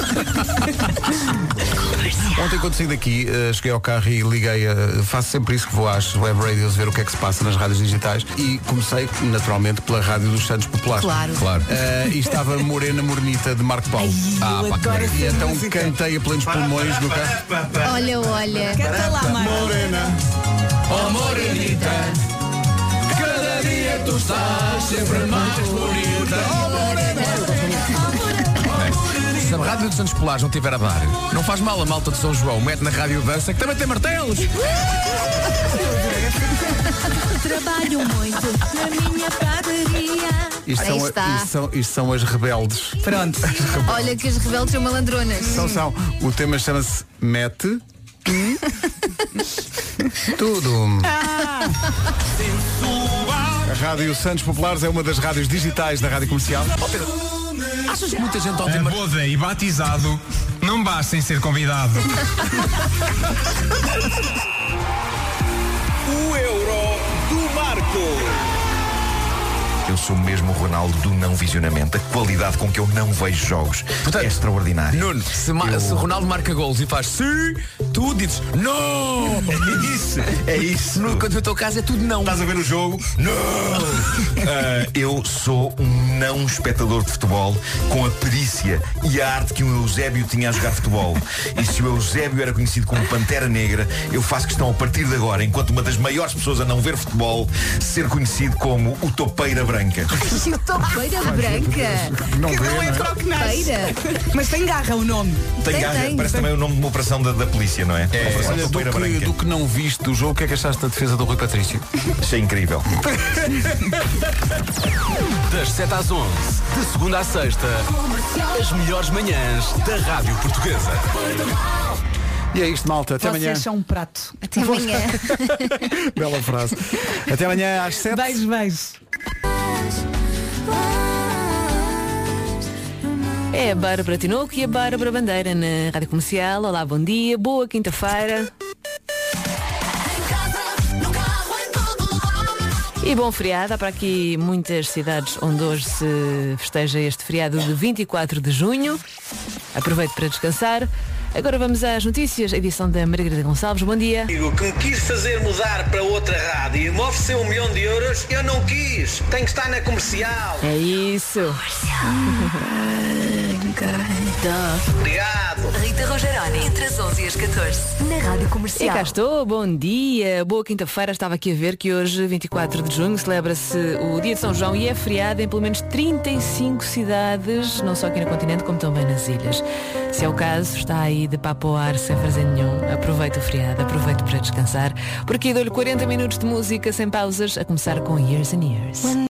A: Ontem quando saí daqui, eh, cheguei ao carro e liguei, a- faço sempre isso que vou às web radios ver o que é que se passa nas rádios digitais e comecei naturalmente pela rádio dos Santos Populares.
D: Claro.
H: Claro.
A: Eh, e estava Morena Mornita de Marco Paulo.
H: Ah, pá, que maravilha.
A: e então cantei a plenos pulmões no carro.
D: Olha, olha.
B: Canta lá, Marco.
H: Oh, morenita, cada dia tu estás sempre mais bonita. Se a Rádio dos Santos Polares não tiver a dar, não faz mal a malta de São João, mete na Rádio Dança que também tem martelos.
N: Trabalho muito na minha padaria.
A: Isto
D: Aí
A: são,
D: está.
A: isto é um são- isto são as rebeldes.
B: Pronto.
D: Olha que os rebeldes são malandronas.
A: São, Então são. O tema chama-se Mete Tudo. Ah. A Rádio Santos Populares é uma das rádios digitais da Rádio Comercial.
H: Achas que muita gente ontem
P: A boda e batizado não basta em ser convidado.
L: O euro do Marco.
T: Eu sou mesmo o Ronaldo do não visionamento. A qualidade com que eu não vejo jogos é extraordinária.
H: Nuno, se, ma- se Ronaldo marca golos e faz sim, tu dizes não!
T: É isso, é isso.
H: Nuno, quando eu estou a casa é tudo não.
T: Estás a ver o jogo? Não! Ah, eu sou um não espectador de futebol com a perícia e a arte que o Eusébio tinha a jogar futebol. E se o Eusébio era conhecido como Pantera Negra, eu faço questão a partir de agora, enquanto uma das maiores pessoas a não ver futebol, ser conhecido como o Topeira Branca.
D: Topeira branca.
A: Não vê,
D: Não é
A: não é?
D: troqueira.
B: Mas tem garra o nome.
T: Tem
D: Tem,
T: garra,
D: tem.
T: parece também o nome de uma operação da, da polícia, não é? Operação
A: Olha, do
T: Topeira
A: que,
T: Branca.
A: do que não viste do jogo, o que é que achaste da defesa do Rui Patrício?
T: Achei é incrível.
G: Das 7 às 11, de segunda à sexta, as melhores manhãs da Rádio Portuguesa.
A: E é isto, malta. Até amanhã.
B: Vocês são um prato.
D: Até amanhã.
A: Bela frase. Até amanhã às 7.
B: Beijos, beijos.
R: É a Bárbara Tinoco e a Bárbara Bandeira na Rádio Comercial. Olá, bom dia, boa quinta-feira. E bom feriado, há para aqui muitas cidades onde hoje se festeja este feriado de 24 de junho. Aproveito para descansar. Agora vamos às notícias, edição da Margarida Gonçalves. Bom dia.
V: Amigo que me quis fazer mudar para outra rádio e me ofereceu um milhão de euros, eu não quis. Tem que estar na comercial.
R: É isso.
V: Obrigado.
I: Rita Rogeroni, entre as 11 e as 14, na Rádio
R: E
I: Comercial.
R: cá estou, bom dia, boa quinta-feira. Estava aqui a ver que hoje, 24 de junho, celebra-se o Dia de São João e é feriado em pelo menos 35 cidades, não só aqui no continente, como também nas ilhas. Se é o caso, está aí de papo ao ar sem fazer nenhum. Aproveita o feriado, aproveita para descansar, porque dou-lhe 40 minutos de música sem pausas, a começar com Years and Years.